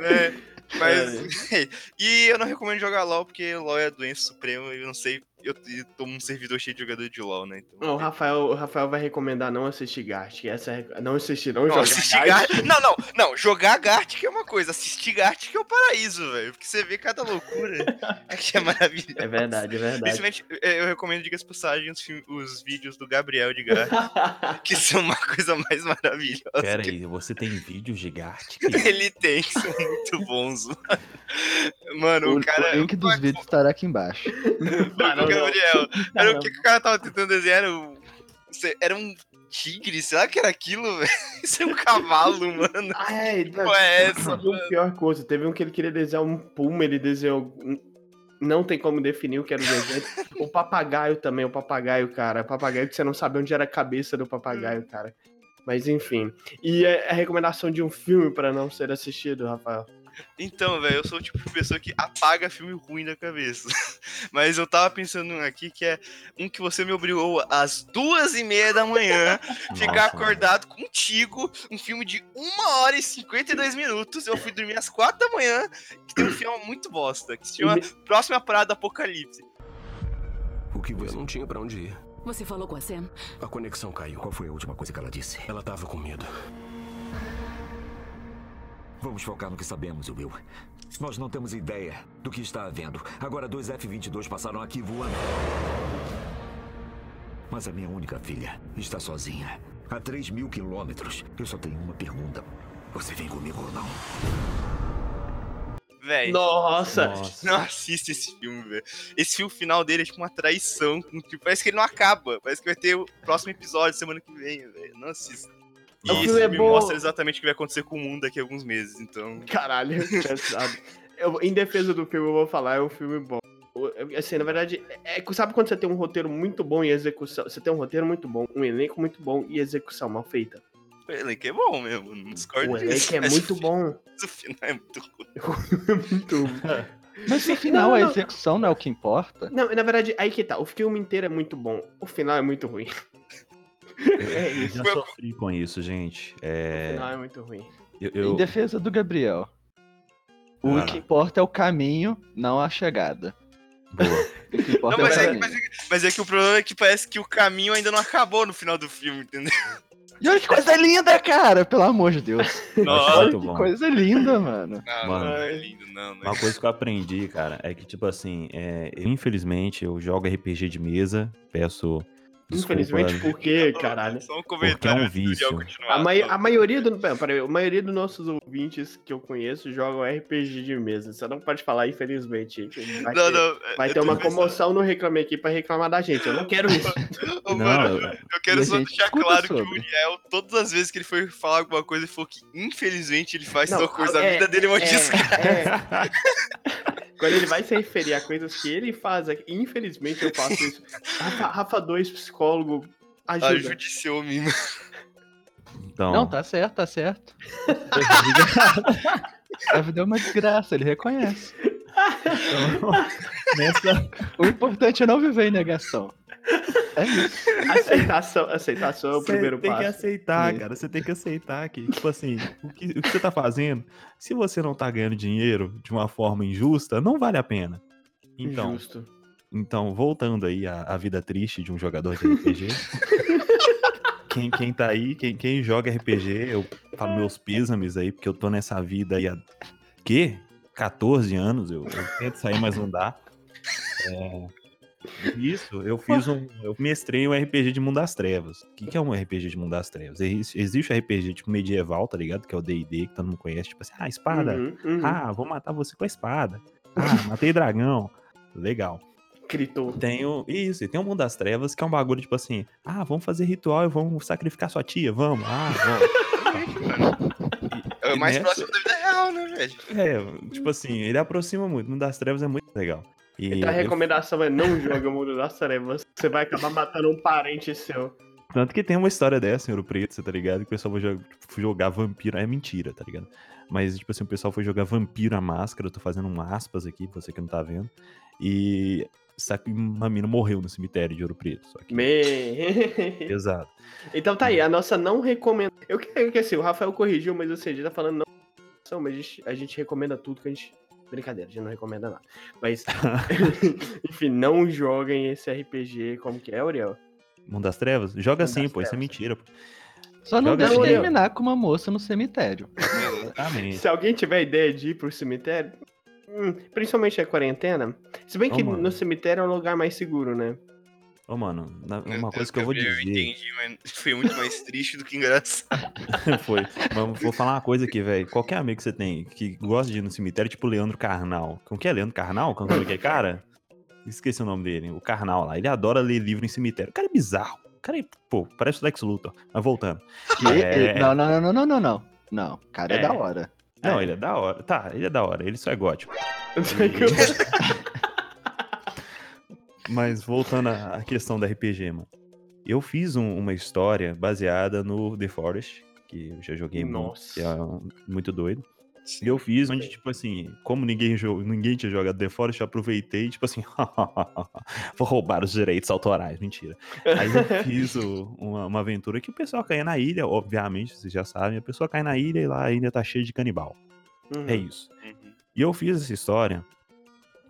C: É, mas. (laughs) E eu não recomendo jogar LOL, porque LOL é a doença suprema e eu não sei. Eu, eu tô um servidor cheio de jogador de LOL, né? Então.
B: Não, o Rafael, o Rafael vai recomendar não assistir Gart. Essa é- não assistir, não,
C: Não,
B: jogar
C: assistir
B: Gart.
C: Gart- não, não, não, jogar Gartic é uma coisa, assistir Gartic é o paraíso, velho. Porque você vê cada loucura que é maravilhoso.
B: É verdade, é verdade.
C: Principalmente, eh, eu recomendo, diga-se de passagem, os, filmes- os vídeos do Gabriel de Gato, (laughs) que são uma coisa mais maravilhosa.
A: Pera
C: que
A: aí, você tem vídeo gigante?
C: (laughs) Ele tem, que são muito bons, mano. Mano,
D: O,
C: o cara.
D: o link dos vídeos estará aqui embaixo.
B: Ah, não, não.
C: o Gabriel, era o
B: Caramba.
C: que o cara tava tentando desenhar? Era, um- sei- era um tigre? Será que era aquilo, velho? (laughs) Isso é um cavalo, mano.
B: Ai,
C: Qual é essa?
B: Teve uma tipo, pior coisa. Teve um que ele queria desenhar um puma, ele desenhou. um- Não tem como definir o que era o
C: (laughs)
B: desenho. o papagaio também, o papagaio, cara. Papagaio que você não sabe onde era a cabeça do papagaio,
C: Hum.
B: cara. Mas enfim. E é a recomendação de um filme pra não ser assistido, Rafael.
C: Então, velho, eu sou o tipo de pessoa que apaga filme ruim da cabeça. (laughs) Mas eu tava pensando um aqui que é um que você me obrigou às duas e meia da manhã ficar acordado contigo, um filme de 1 hora e 52 minutos. Eu fui dormir às 4 da manhã, que tem um filme muito bosta, que se chama Próxima Parada Apocalipse.
G: O que você não tinha pra onde ir.
H: Você falou com a Sam?
G: A conexão caiu.
F: Qual foi a última coisa que ela disse?
G: Ela tava com medo.
F: Vamos focar no que sabemos, Will. Nós não temos ideia do que está havendo. Agora, dois F-22 passaram aqui voando. Mas a minha única filha está sozinha. A 3 mil quilômetros. Eu só tenho uma pergunta. Você vem comigo ou não?
C: Véi, (laughs) não.
B: Nossa!
C: assista esse filme, velho. Esse filme final dele é tipo uma traição. com- tipo, parece que ele não acaba. Parece que vai ter o próximo episódio semana que vem, velho. Não assista. E
A: O
C: esse
A: filme é
C: filme
B: um bom.
C: mostra exatamente o que vai acontecer com o mundo daqui a alguns meses, então.
B: (laughs) Caralho, pesado. Eu, em defesa do filme, eu vou falar, é um filme bom. O- Assim, na verdade, é, que- sabe quando você tem um roteiro muito bom e execução? Você tem um roteiro muito bom, um elenco muito bom e execução mal feita.
C: O elenco é bom mesmo, não discordo
B: O
C: disso,
B: elenco é
C: (laughs) mas
B: muito bom.
C: O final é muito ruim.
B: Muito bom.
D: Mas no
B: Não,
D: final, a
B: não.
D: execução não é o que importa.
B: Não, na verdade, aí que tá. O filme inteiro é muito bom. O final é muito ruim. É
A: Eu
B: isso.
A: já sofri com isso, gente.
B: O
A: É,
B: final é muito ruim.
A: eu,
D: Em
A: eu-
D: defesa do Gabriel. O
A: Ah.
D: que importa é o caminho, não a chegada.
A: Boa.
D: O que importa
C: Não, mas,
D: é o
C: é,
D: caminho.
B: (laughs)
C: mas é- mas é que o problema é que parece que o caminho ainda não acabou no final do filme, entendeu?
D: E olha que coisa linda, cara! Pelo amor de Deus.
C: Nossa,
A: muito
D: que
A: bom.
D: coisa linda, mano.
C: não,
A: Mano.
C: não é lindo, não. né?
A: Uma coisa que eu aprendi, cara, é que, tipo assim, é, eu, infelizmente, eu jogo RPG de mesa, peço desculpa, né?
B: Infelizmente, por quê, caralho?
C: Só um
A: porque é
C: comentário.
A: um
C: antes do Léo
A: vício.
C: continuar.
B: A, mai- a maioria do. pera, pera aí, a maioria dos nossos ouvintes que eu conheço jogam RPG de mesa. Você não pode falar, infelizmente. Vai
C: Não,
B: ter,
C: não,
B: vai
C: eu
B: ter
C: tô
B: uma
C: pensando-
B: comoção no Reclame aqui pra reclamar da gente. Eu não quero isso.
C: (laughs) Ô, mano,
A: Não,
C: eu quero
D: E a
C: só
D: gente
C: deixar
D: escuta
C: claro que o
D: sobre.
C: Uriel, todas as vezes que ele foi falar alguma coisa, ele falou que infelizmente ele faz
B: Não,
C: tal coisa.
B: é,
C: a vida dele é uma desgraça.
B: É, é. Quando ele vai se referir a coisas que ele faz, aqui, infelizmente eu faço isso. Rafa, Rafa 2, psicólogo, ajuda.
C: Ajude seu homem, mano.
A: então,
D: Não, tá certo, tá certo. A vida é uma desgraça, ele reconhece. Então, nessa- O importante é não viver em negação. É isso.
B: Aceitação, aceitação é o primeiro
A: tem que
B: passo.
A: aceitar,
D: É.
A: cara. Você tem que aceitar que, tipo assim, o que, o que você tá fazendo, se você não tá ganhando dinheiro de uma forma injusta, não vale a pena. Então,
B: Justo.
A: Então, voltando aí à, à vida triste de um jogador de RPG. quem, quem tá aí, quem, quem joga RPG, eu falo meus pêsames aí, porque eu tô nessa vida aí há quê? 14 anos, eu, eu tento sair, mas não dá. É, isso, eu fiz um. Eu mestrei um RPG de Mundo das Trevas. O que, que é um RPG de Mundo das Trevas? Ex- Existe um RPG tipo medieval, tá ligado? Que é o DD, que todo mundo conhece, tipo assim, ah, espada.
B: Uhum, uhum.
A: Ah, vou matar você com a espada. Ah, matei dragão. Legal.
B: Gritou.
A: Tem o. Isso, e tem o mundo das trevas, que é um bagulho, tipo assim, ah, vamos fazer ritual e vamos sacrificar sua tia, vamos. Ah, vamos.
C: É o
A: E
C: mais
A: nessa-
C: próximo da vida real, né, velho?
A: É, tipo assim, ele aproxima muito. O mundo das trevas é muito legal. E
B: Então a
A: eu-
B: recomendação é não joga o mundo das trevas. Você vai acabar matando um parente seu.
A: Tanto que tem uma história dessa em Ouro Preto, você tá ligado? Que o pessoal foi jogar, jogar vampiro. É mentira, tá ligado? Mas, tipo assim, o pessoal foi jogar vampiro a máscara. Eu tô fazendo um aspas aqui, pra você que não tá vendo. E. Sabe que uma mina morreu no cemitério de Ouro Preto. Só que.
B: Me... (laughs)
A: Exato.
B: Então tá aí, a nossa não recomenda. Eu quero que assim, o Rafael corrigiu, mas assim, a gente tá falando não. são, Mas a gente, a gente recomenda tudo que a gente. Brincadeira, a gente não recomenda nada. Mas, (laughs) enfim, não joguem esse RPG como que é, Uriel.
A: Mundo das trevas? Joga
B: Mundo
A: sim,
B: das
A: pô. Isso é
B: Trevas.
A: mentira. pô.
D: Só não
A: Joga
D: deixe
B: assim, ó.
D: terminar com uma moça no cemitério.
A: Exatamente.
B: Se alguém tiver ideia de ir pro cemitério, hum, principalmente a quarentena, se bem
A: Ô,
B: que
A: mano.
B: no cemitério é um lugar mais
A: (laughs)
B: seguro, né?
A: Ô, mano, na-
C: Meu
A: uma
C: Deus,
A: coisa que eu vou
C: Gabriel, Eu
A: dizer
C: entendi, mas foi muito mais triste do que engraçado.
A: (laughs) foi. Mas vou falar uma coisa aqui, velho. Qualquer amigo que você tem que gosta de ir no cemitério, tipo o Leandro Carnal. Como que é Leandro Carnal? Como que é, cara? Esqueci o nome dele. O Carnal lá. Ele adora ler livro em cemitério. O cara é bizarro. O cara é, pô, parece o Lex Luthor. Mas voltando. É,
D: Não, não, não, não, não, não, não. Não, cara, é,
B: É.
D: da hora.
A: Não, ele é da hora. Tá, ele é da hora. Ele só é gótico.
B: Eu sei que eu-
A: Mas voltando à à questão da RPG, mano. Eu fiz um- uma história baseada no The Forest, que eu já joguei muito,
B: Nossa.
A: que é um- muito doido. E eu fiz onde, tipo assim, como ninguém, jo- ninguém tinha jogado The Forest, eu aproveitei e, tipo assim, (laughs) vou roubar os direitos autorais, mentira. Aí eu fiz o- uma, uma aventura que o pessoal caia na ilha, obviamente, vocês já sabem, a pessoa cai na ilha e lá a ilha tá cheia de canibal. É
B: Uhum.
A: isso. E eu fiz essa história,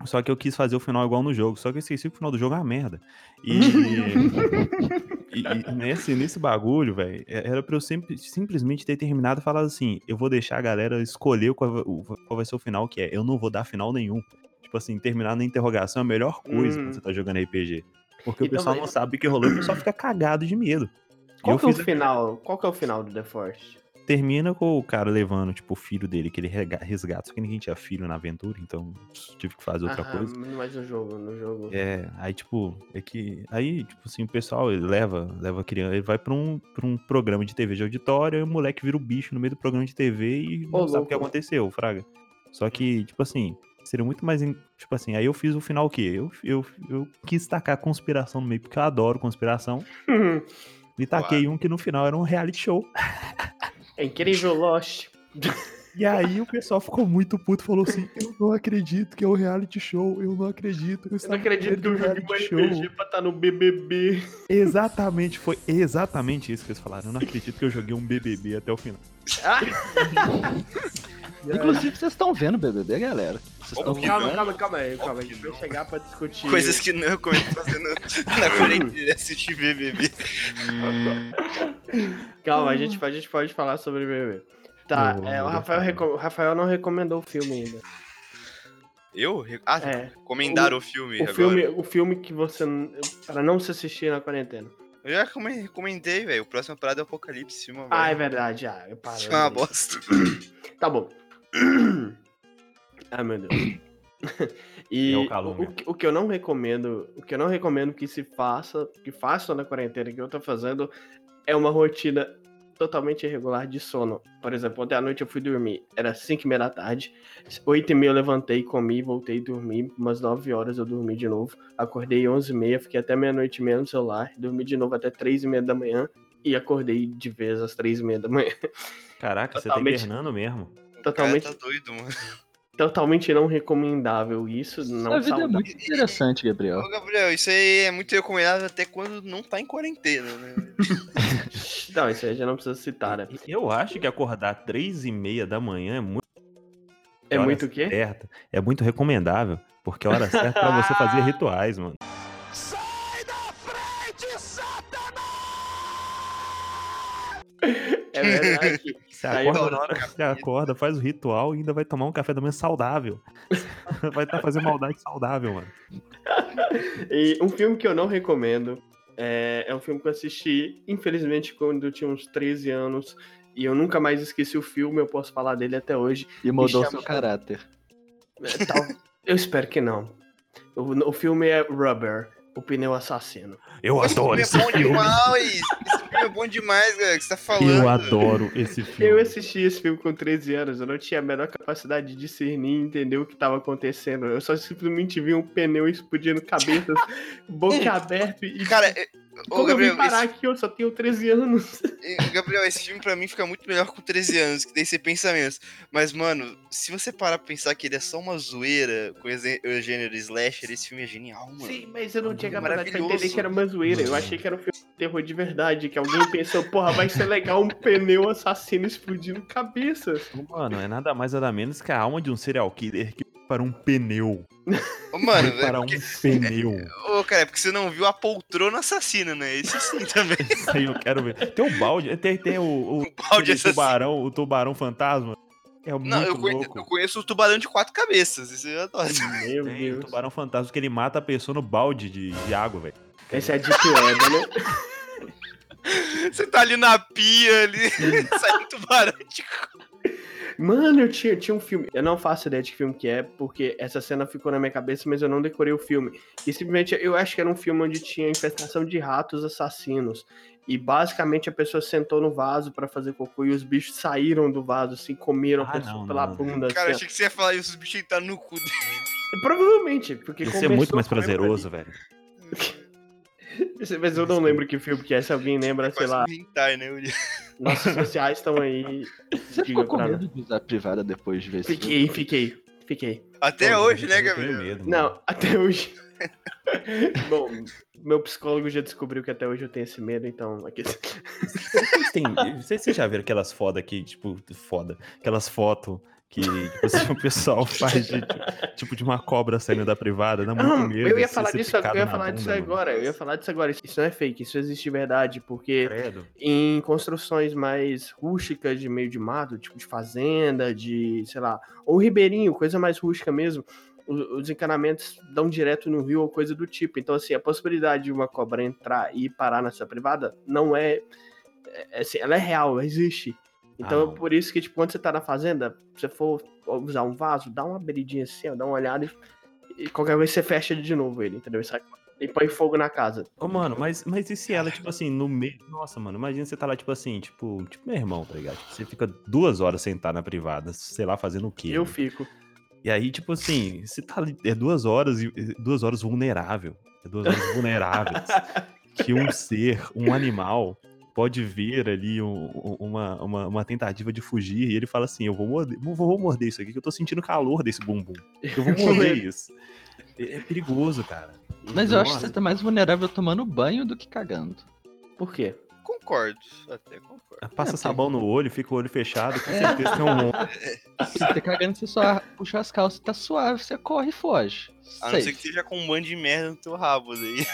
A: só que eu quis fazer o final igual no jogo, só que eu esqueci que o final do jogo é uma merda.
B: (laughs)
A: E, e- e nesse, nesse bagulho, velho, é- era pra eu sempre, simplesmente ter terminado e falado assim: eu vou deixar a galera escolher qual, va- o- qual vai ser o final que é, eu não vou dar final nenhum. Tipo assim, terminar na interrogação é a melhor coisa
B: Hum.
A: quando você tá jogando RPG. Porque o
B: Então,
A: pessoal
B: mas-
A: não sabe o que rolou e o pessoal fica cagado de medo. E
B: Qual
A: eu
B: que é o
A: fiz a
B: final? Qual que é o final do The Forest?
A: termina com o cara levando, tipo, o filho dele, que ele rega- resgata. Só que ninguém tinha filho na aventura, então pss, tive que fazer outra
B: Ah,
A: coisa.
B: Mas no jogo, no jogo. (laughs)
A: É, aí, tipo, é que. Aí, tipo assim, o pessoal ele leva, leva a criança, ele vai pra um, pra um programa de TV de auditório, e o moleque vira o bicho no meio do programa de TV e não
B: Ô,
A: sabe o que
B: louco.
A: aconteceu, Fraga. Só que, tipo assim, seria muito mais. in- Tipo assim, aí eu fiz o final o quê? Eu, eu, eu quis tacar conspiração no meio, porque eu adoro conspiração.
B: Uhum.
A: E taquei um que no final era um reality show.
B: É incrível Lost.
A: E aí o pessoal ficou muito puto, falou assim: Eu não acredito que é um reality show, eu não acredito. tá Eu
B: Eu não acredito que eu joguei um RPG pra estar no BBB.
A: (laughs) Exatamente, foi exatamente isso que eles falaram. Eu não acredito que eu joguei um BBB até o final.
D: É. Inclusive, vocês estão vendo o BBB, galera? Vocês estão
C: Óbvio,
B: Calma,
D: vendo?
B: calma, calma aí, calma. A
C: que
B: gente vai chegar pra discutir.
C: Coisas que não eu comecei fazendo na quarentena de assistir BBB.
B: Calma, a gente, a gente pode falar sobre BBB. Tá,
A: Eu
B: é, o
A: amo Rafael.
B: Rafael, reco- o Rafael não recomendou o filme ainda.
C: Eu? Ah,
B: É.
C: recomendaram o, filme
B: O
C: agora.
B: filme, o filme que você. n- Pra não se assistir na quarentena.
C: Eu já recome- recomendei, velho. O próximo parada é Apocalipse, filma,
B: Ah, é
C: velho.
B: verdade. Ah, eu paro.
C: Isso é uma bosta.
B: Tá bom. (clears throat) ah, meu Deus. E
A: É
B: o,
A: o calor mesmo.
B: que- o que eu não recomendo, o que eu não recomendo que se faça, que façam na quarentena que eu tô fazendo, é uma rotina totalmente irregular de sono. Por exemplo, ontem à noite eu fui dormir, era 5 e meia da tarde, 8 e meia eu levantei, comi, voltei a dormir, umas 9 horas eu dormi de novo, acordei 11 e meia, fiquei até meia-noite e meia no celular, dormi de novo até 3 e meia da manhã, e acordei de vez às 3 e meia da manhã. (laughs)
A: Caraca, você tá
B: Totalmente.
A: hibernando mesmo.
B: Totalmente-
C: O cara tá doido, mano.
B: Totalmente não recomendável isso, não
D: a vida é
B: saudável.
D: muito interessante, Gabriel.
C: Ô, Gabriel, isso aí é muito recomendado até quando não tá em quarentena, né?
B: Não, isso aí já não precisa citar, né?
A: Eu acho que acordar três e meia da manhã é muito.
B: É
A: hora
B: muito o quê?
A: Certa. É muito recomendável, porque é a hora certa pra você
B: (laughs)
A: fazer rituais, mano.
B: É verdade.
A: Você
B: Aí eu
A: acorda,
C: vou-
A: você acorda, faz o ritual e ainda vai tomar um café da manhã saudável. (laughs) vai estar fazendo maldade saudável, mano.
B: E um filme que eu não recomendo é, é um filme que eu assisti, infelizmente, quando eu tinha uns 13 anos. E eu nunca mais esqueci o filme, eu posso falar dele até hoje.
D: E mudou
B: chama-
D: seu caráter.
B: É, tal- eu espero que não. O, o filme é Rubber, o pneu assassino.
A: Eu adoro
C: esse
A: esse
C: filme é
A: filme.
C: bom demais! Esse filme é bom demais, galera, que você tá falando.
A: Eu adoro esse filme.
B: Eu assisti esse filme com 13 anos, eu não tinha a menor capacidade de discernir e entender o que estava acontecendo. Eu só simplesmente vi um pneu explodindo cabeças,
C: (laughs)
B: boca aberta e.
C: Cara, é- ô,
B: como eu vim
C: Gabriel,
B: parar
C: esse,
B: aqui? Eu só tenho 13 anos.
C: é, Gabriel, esse filme pra mim fica muito melhor com 13 anos, que daí você pensa menos. Mas, mano, se você parar pra pensar que ele é só uma zoeira com esse- o gênero slasher, esse filme é genial, mano.
B: Sim, mas eu não
A: é
B: tinha capacidade pra
C: Maravilhoso.
B: entender que era uma zoeira. Eu achei que era um filme de terror de verdade, que alguém pensou, porra, vai ser legal um pneu assassino explodindo cabeça.
A: Mano, é nada mais nada menos que a alma de um serial killer que foi para um pneu.
C: Ô, mano,
A: Foi para
C: é
A: um
C: porque,
A: pneu.
C: ô, cara, é porque você não viu a poltrona assassina, né? Esse sim
A: (laughs)
C: também.
A: Isso aí eu quero ver. Tem o balde, tem, tem o, o,
C: O (laughs) balde
A: aquele
C: assassino.
A: tubarão, o tubarão fantasma. É muito
C: Não, eu conheço,
A: louco.
C: eu conheço o tubarão de quatro cabeças. Isso eu adoro.
B: Meu
A: Tem o tubarão fantasma que ele mata a pessoa no balde de, de água, velho.
B: Esse é Deep Web, né?
C: Você tá ali na pia ali, (laughs) sai um tubarão de
B: Mano, eu tinha, tinha um filme. Eu não faço ideia de que filme que é, porque essa cena ficou na minha cabeça, mas eu não decorei o filme. E simplesmente eu acho que era um filme onde tinha infestação de ratos assassinos. E basicamente a pessoa sentou no vaso pra fazer cocô e os bichos saíram do vaso, assim, comeram a
A: Ah,
B: pessoa
A: não,
B: pela
A: não, não.
B: bunda.
C: Cara, eu
B: assim,
C: achei que você ia falar isso, os bichos entraram no cu (laughs) dele.
B: ó. Provavelmente, porque
A: Isso é muito
B: começou
A: mais
B: com a mesma
A: prazeroso, velho.
B: Esse- Mas eu não lembro que filme que é, se alguém lembra, sei
C: Quase
B: lá,
C: um hentai, né? Yuri?
B: nossos sociais estão aí.
D: Você
B: Diga
D: ficou com
B: pra
D: medo de usar privada depois de ver esse filme?
B: Fiquei, fiquei, fiquei.
C: Até
A: Pô,
C: hoje, né,
A: eu tenho
C: Gabriel?
A: medo, mano.
B: Não, até
D: (laughs)
B: hoje. Bom, meu psicólogo já descobriu que até hoje eu tenho esse medo, então. aqui- (laughs)
A: Vocês têm- não sei se vocês já viram aquelas fotos aqui, tipo, foda. Aquelas fotos que tipo, assim, o
B: (laughs)
A: pessoal faz de, tipo, tipo de uma cobra saindo da privada. Dá muito
B: Não,
A: medo.
B: eu ia
A: ser-
B: falar
A: ser
B: disso, agora,
A: picado
B: eu ia
A: na
B: falar
A: bunda,
B: disso
A: mano.
B: agora, eu ia falar disso agora. Isso não é fake, isso existe de verdade, porque
A: Credo.
B: em construções mais rústicas de meio de mato, tipo de fazenda, de, sei lá, ou ribeirinho, coisa mais rústica mesmo, o- os encanamentos dão direto no rio ou coisa do tipo. Então, assim, a possibilidade de uma cobra entrar e parar na sua privada não é. é- assim, ela é real, ela existe. Então,
A: Ah,
B: é
A: não.
B: por isso que, tipo, quando você tá na fazenda, se você for usar um vaso, dá uma abridinha assim, ó, dá uma olhada e, e qualquer vez você fecha de novo ele, entendeu? E sai- E põe fogo na casa.
A: Ô, mano, mas, mas e se ela, tipo assim, no meio. Nossa, mano, imagina você tá lá, tipo assim, tipo, tipo meu irmão, tá ligado? Tipo, você fica duas horas sentado na privada, sei lá, fazendo o quê?
B: Eu
A: né?
B: fico.
A: E aí, tipo assim, você tá ali, é duas horas, e- e duas horas vulnerável. É duas horas vulneráveis. que um ser, um animal, pode ver ali um- um- uma, uma, uma tentativa de fugir e ele fala assim: eu vou morder, vou, vou morder isso aqui, que eu tô sentindo calor desse bumbum. Eu
D: (laughs)
A: vou morder isso. É, é perigoso, cara.
D: Mas eu acho que
A: Nossa.
D: você tá mais vulnerável tomando banho do que cagando.
B: Por quê?
C: Concordo, até concordo.
A: Passa
D: É,
A: sabão no olho, fica o olho fechado, com certeza
D: (laughs)
A: tem um monstro.
D: Se você tá cagando, você só puxa as calças, tá suave, você corre e foge.
C: A não ser
D: Safe.
C: que seja com um bando de merda no teu rabo aí.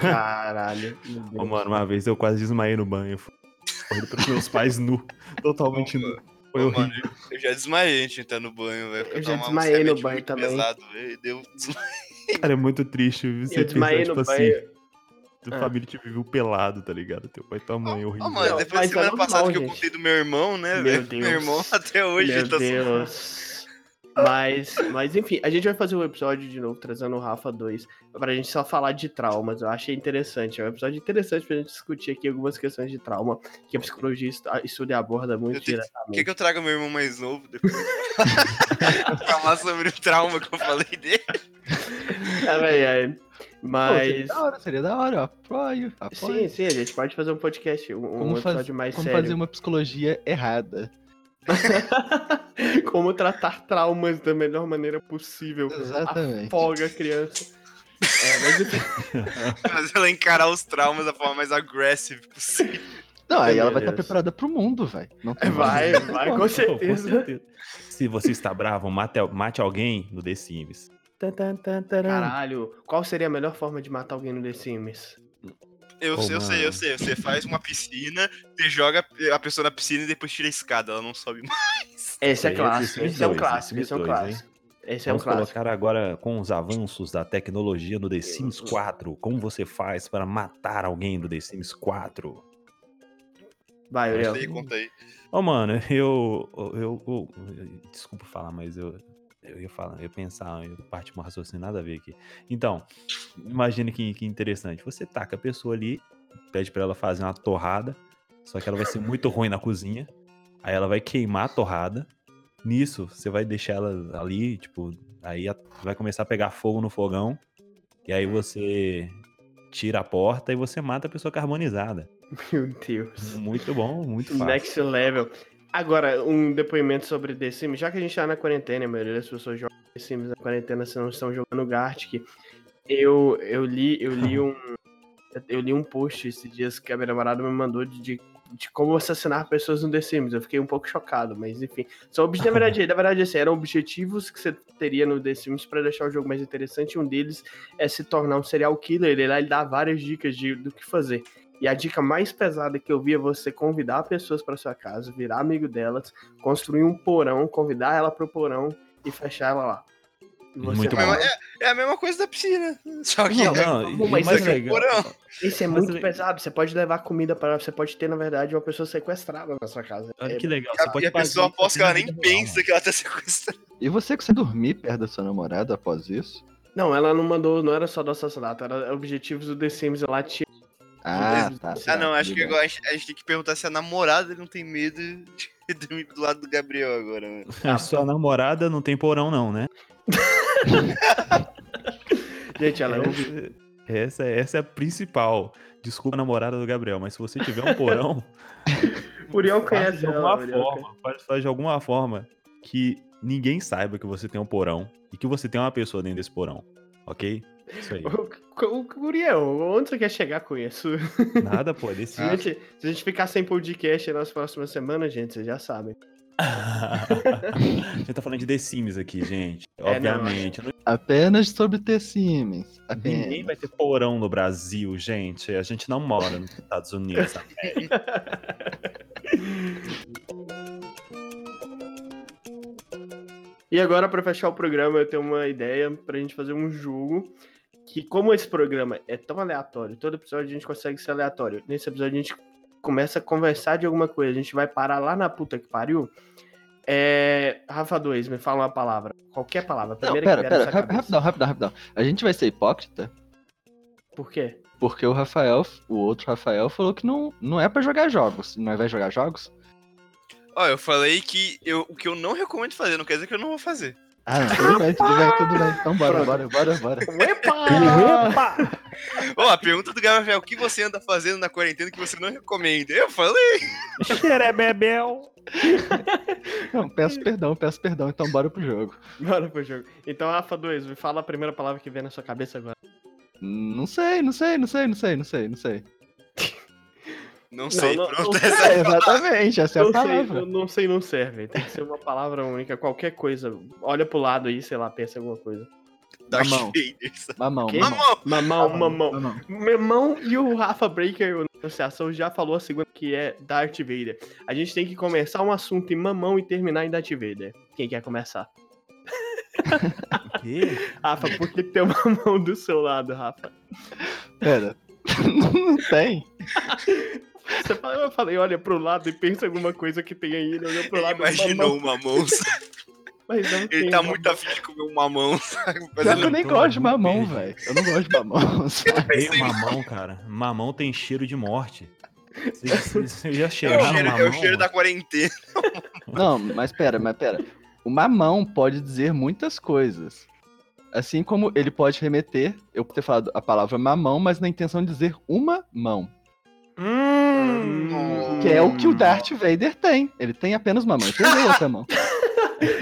B: Caralho. meu Deus.
A: Ô, Mano, uma vez eu quase desmaiei no banho. correndo pelos meus pais nu. Totalmente nu. Foi
C: Ô, mano,
A: horrível.
C: eu já desmaiei antes de entrar no banho, velho. porque
B: Eu já
C: tomava um
B: desmaiei no
C: remédio
B: banho
C: muito
B: também.
C: Pesado, velho, deu (laughs) desmaio.
A: Cara, é muito triste você
B: Eu desmaiei
A: pensar,
B: no
A: tipo assim,
B: banho.
A: tua
B: Ah. Oh,
A: família te viu pelado, tá ligado? Teu pai e tua mãe, horrível.
C: Ô, Ah, mano,
B: Não,
C: depois
B: mas
C: da semana
B: é normal,
C: passada que eu
B: gente.
C: contei do meu irmão, né,
B: Meu
C: velho?
B: Deus.
C: Meu irmão até hoje
B: Meu
C: tá só.
B: Deus. Mas, mas enfim, a gente vai fazer um episódio de novo, trazendo o Rafa 2, pra gente só falar de traumas. Eu achei interessante. É um episódio interessante pra gente discutir aqui algumas questões de trauma que a psicologia estu- estuda e aborda muito
C: Eu tenho-
B: diretamente.
C: Quer que eu traga meu irmão mais novo depois? (laughs) Falar sobre o trauma que eu falei dele.
B: Ai, ai.
D: Pô, seria
B: Mas.
D: da hora, seria da hora, eu apoio, apoio.
B: Sim, sim, a gente pode fazer um podcast, um, um
D: Como faz-
B: episódio mais
D: Como
B: sério.
D: fazer um- uma psicologia errada.
B: Como tratar traumas da melhor maneira possível.
D: Exatamente.
B: Afoga a criança. É, mas enfim,
C: (laughs) Mas ela encarar os traumas da forma mais agressiva possível.
D: Não, aí
B: Meu
D: ela vai estar
B: Deus.
D: preparada pro mundo, velho. Não tem
B: É, vai,
D: como.
B: vai, com
A: (laughs)
B: certeza.
A: Se você está bravo, mate, al- mate alguém no The Sims. Tan, tan, tan, taran.
B: Caralho, qual seria a melhor forma de matar alguém no The Sims?
C: Eu,
A: Ô,
C: sei, eu sei, eu
A: mano.
C: sei. Você faz uma piscina, você joga a pessoa na piscina e depois tira a escada. Ela não sobe mais.
B: Esse
A: Esse
B: é clássico,
A: Sims
B: esse é um
A: dois,
B: clássico,
A: Sims
B: esse é um
A: dois, hein?
B: clássico. Esse é um
A: Vamos
B: clássico.
A: colocar agora com os avanços da tecnologia no The Sims 4. Como você faz para matar alguém do The Sims 4?
B: Vai,
A: É.
C: Mas
B: Uriel.
C: daí conta aí.
A: Ô, mano, eu, eu, eu- eu- Desculpa falar, mas eu. Eu ia falar, eu ia pensar, eu parte meu raciocínio, nada a ver aqui. Então, imagina que, que interessante. Você taca a pessoa ali, pede pra ela fazer uma torrada, só que ela vai ser muito ruim na cozinha. Aí ela vai queimar a torrada. Nisso, você vai deixar ela ali, tipo, aí a- vai começar a pegar fogo no fogão. E aí você tira a porta e você mata a pessoa carbonizada.
B: (laughs) Meu Deus.
A: Muito bom, muito fácil.
B: Next level. Agora, um depoimento sobre The Sims. Já que a gente tá na quarentena, a maioria das pessoas jogam The Sims na quarentena, se não estão jogando Gartic. Eu, eu li, eu
A: (laughs)
B: li um. Eu li um post esses dias que a minha namorada me mandou de, de, de como assassinar pessoas no The Sims. Eu fiquei um pouco chocado, mas enfim. São obje- na
A: (laughs)
B: verdade, na verdade, assim, eram objetivos que você teria no The Sims pra deixar o jogo mais interessante. Um deles é se tornar um serial killer. Ele lá ele dá várias dicas de, do que fazer. E a dica mais pesada que eu vi é você convidar pessoas pra sua casa, virar amigo delas, construir um porão, convidar ela pro porão e fechar ela lá. E você
A: Muito
C: É
B: vai
C: a
A: bom.
C: mesma-
B: lá.
C: É, é a mesma coisa da piscina. Só que
A: Não,
C: é
A: não,
B: Pô,
A: e
B: mas
A: o
B: isso
A: mais
B: é
A: legal,
C: porão.
B: Isso é
A: Mas
B: muito
A: também-
B: pesado. Você pode levar comida para. Você pode ter, na verdade, uma pessoa sequestrada na sua casa.
A: Olha
B: É-
A: que legal.
C: E
A: Você
C: a-
A: pode um
C: E a
A: fazer
C: pessoa
A: isso
C: aposta que
A: na
C: ela nem
A: vida real,
C: pensa
A: mano.
C: que ela tá (laughs) sequestrada.
D: E você que você dormir perto da sua namorada após isso?
B: Não, ela não mandou. Não era só do assassinato, era objetivos do The Sims. Ela tinha.
D: Ah, tá.
C: Ah, não,
D: tá,
C: acho que
D: ligado.
C: agora a gente a gente tem que perguntar se a namorada não tem medo de (laughs) dormir do lado do Gabriel agora, né? mano.
A: A sua namorada não tem porão, não, né?
B: Gente, ela é um.
A: Essa, essa, é- essa é a principal. Desculpa a namorada do Gabriel, mas se você tiver um
C: (laughs)
A: porão,
B: Uriel
A: faz
B: conhece
A: de
B: ela.
A: alguma
B: Uriel conhece.
A: forma, faz, faz de alguma forma que ninguém saiba que você tem um porão e que você tem uma pessoa dentro desse porão, ok? Isso
C: (laughs)
A: aí.
B: O- o- o- Uriel, onde você quer chegar com isso?
A: Nada, pô, desse
B: Se,
D: Ah.
B: a gente, se a gente ficar sem podcast nas próximas semanas, gente, vocês já sabem.
C: Ah.
A: (laughs) A gente tá falando de The Sims aqui, gente.
B: não.
C: É,
A: Obviamente. Não-
D: Apenas sobre ter Sims.
B: É.
D: Apenas.
A: Ninguém vai ter porão no Brasil, gente. A gente não mora nos Estados Unidos.
C: (laughs)
A: tá?
B: E agora, pra fechar o programa, eu tenho uma ideia pra gente fazer um jogo. Que, como esse programa é tão aleatório, todo episódio a gente consegue ser aleatório. Nesse episódio a gente começa a conversar de alguma coisa, a gente vai parar lá na puta que pariu. É. Rafa 2, me fala uma palavra. Qualquer palavra. a
D: Não,
B: Primeira
D: pera,
B: que vier na
D: pera,
B: sua
D: rap-
B: cabeça.
D: rapidão, rapidão, rapidão. A gente vai ser hipócrita
B: Por quê? (laughs)
D: porque o Rafael, o outro Rafael, falou que não, não é pra jogar jogos. Não vai jogar jogos?
C: Ó, eu falei que eu, o que eu não recomendo fazer, não quer dizer que eu não vou fazer.
D: Ah, não, tudo bem, tudo bem, tudo bem. Então bora,
B: Pronto.
D: bora, bora, bora.
B: Epa!
C: Ó, a pergunta do Gabriel, o que você anda fazendo na quarentena que você não recomenda? Eu falei,
D: (laughs) Não, peço perdão, peço perdão, então bora pro jogo.
B: Bora pro jogo. Então, Rafa 2, me fala a primeira palavra que vier na sua cabeça agora.
D: Não sei, não sei, não sei, não sei, não sei, não sei.
C: não sei, um
B: não,
C: pronto.
B: não
C: essa-
D: É, exatamente, essa é a
B: não, sei,
D: palavra.
B: não, não sei, não serve. Tem que ser uma palavra única, qualquer coisa. Olha pro lado aí, sei lá, pensa em alguma coisa.
C: Darth
D: mão.
C: Vader, sabe?
D: Mamão,
B: Quê?
D: mamão.
C: Mamão!
B: Mamão, mamão.
D: mamão.
B: Meu irmão e o Rafa Breaker, eu associação já falou a segunda, que é Darth Vader. A gente tem que começar um assunto em mamão e terminar em Darth Vader. Quem quer começar?
A: O quê?
B: Rafa, por que que tem uma (laughs) mão do seu lado, Rafa?
D: Pera. (laughs) Não tem.
B: Você fala- eu falei, olha pro lado e pensa em alguma coisa que tem aí. Ele olhou pro
C: Ele
B: lado
C: imaginou
B: mamão,
C: uma mão. sabe?
B: mas não né? tem
C: Ele tá
B: mamão.
C: muito afim de comer um mamão, (laughs) sabe? Mas
D: Pior
C: ele
D: que eu nem
A: todo
D: gosto de
A: mundo
D: mamão,
A: perde.
D: velho. Eu não gosto de mamão. (laughs) sabe?
A: Odeio mamão, cara. Mamão tem cheiro de morte. Você, você- você já
C: É o
A: cheiraram
C: cheiro,
A: mamão?
C: é o cheiro da quarentena.
D: Não, mas pera, mas pera. O mamão pode dizer muitas coisas. Assim como ele pode remeter, eu ter falado a palavra mamão, mas na intenção de dizer uma mão.
B: Hum.
D: Que é o que o Darth Vader tem. Ele tem apenas uma mão. Ele tem
B: (laughs)
D: outra mão.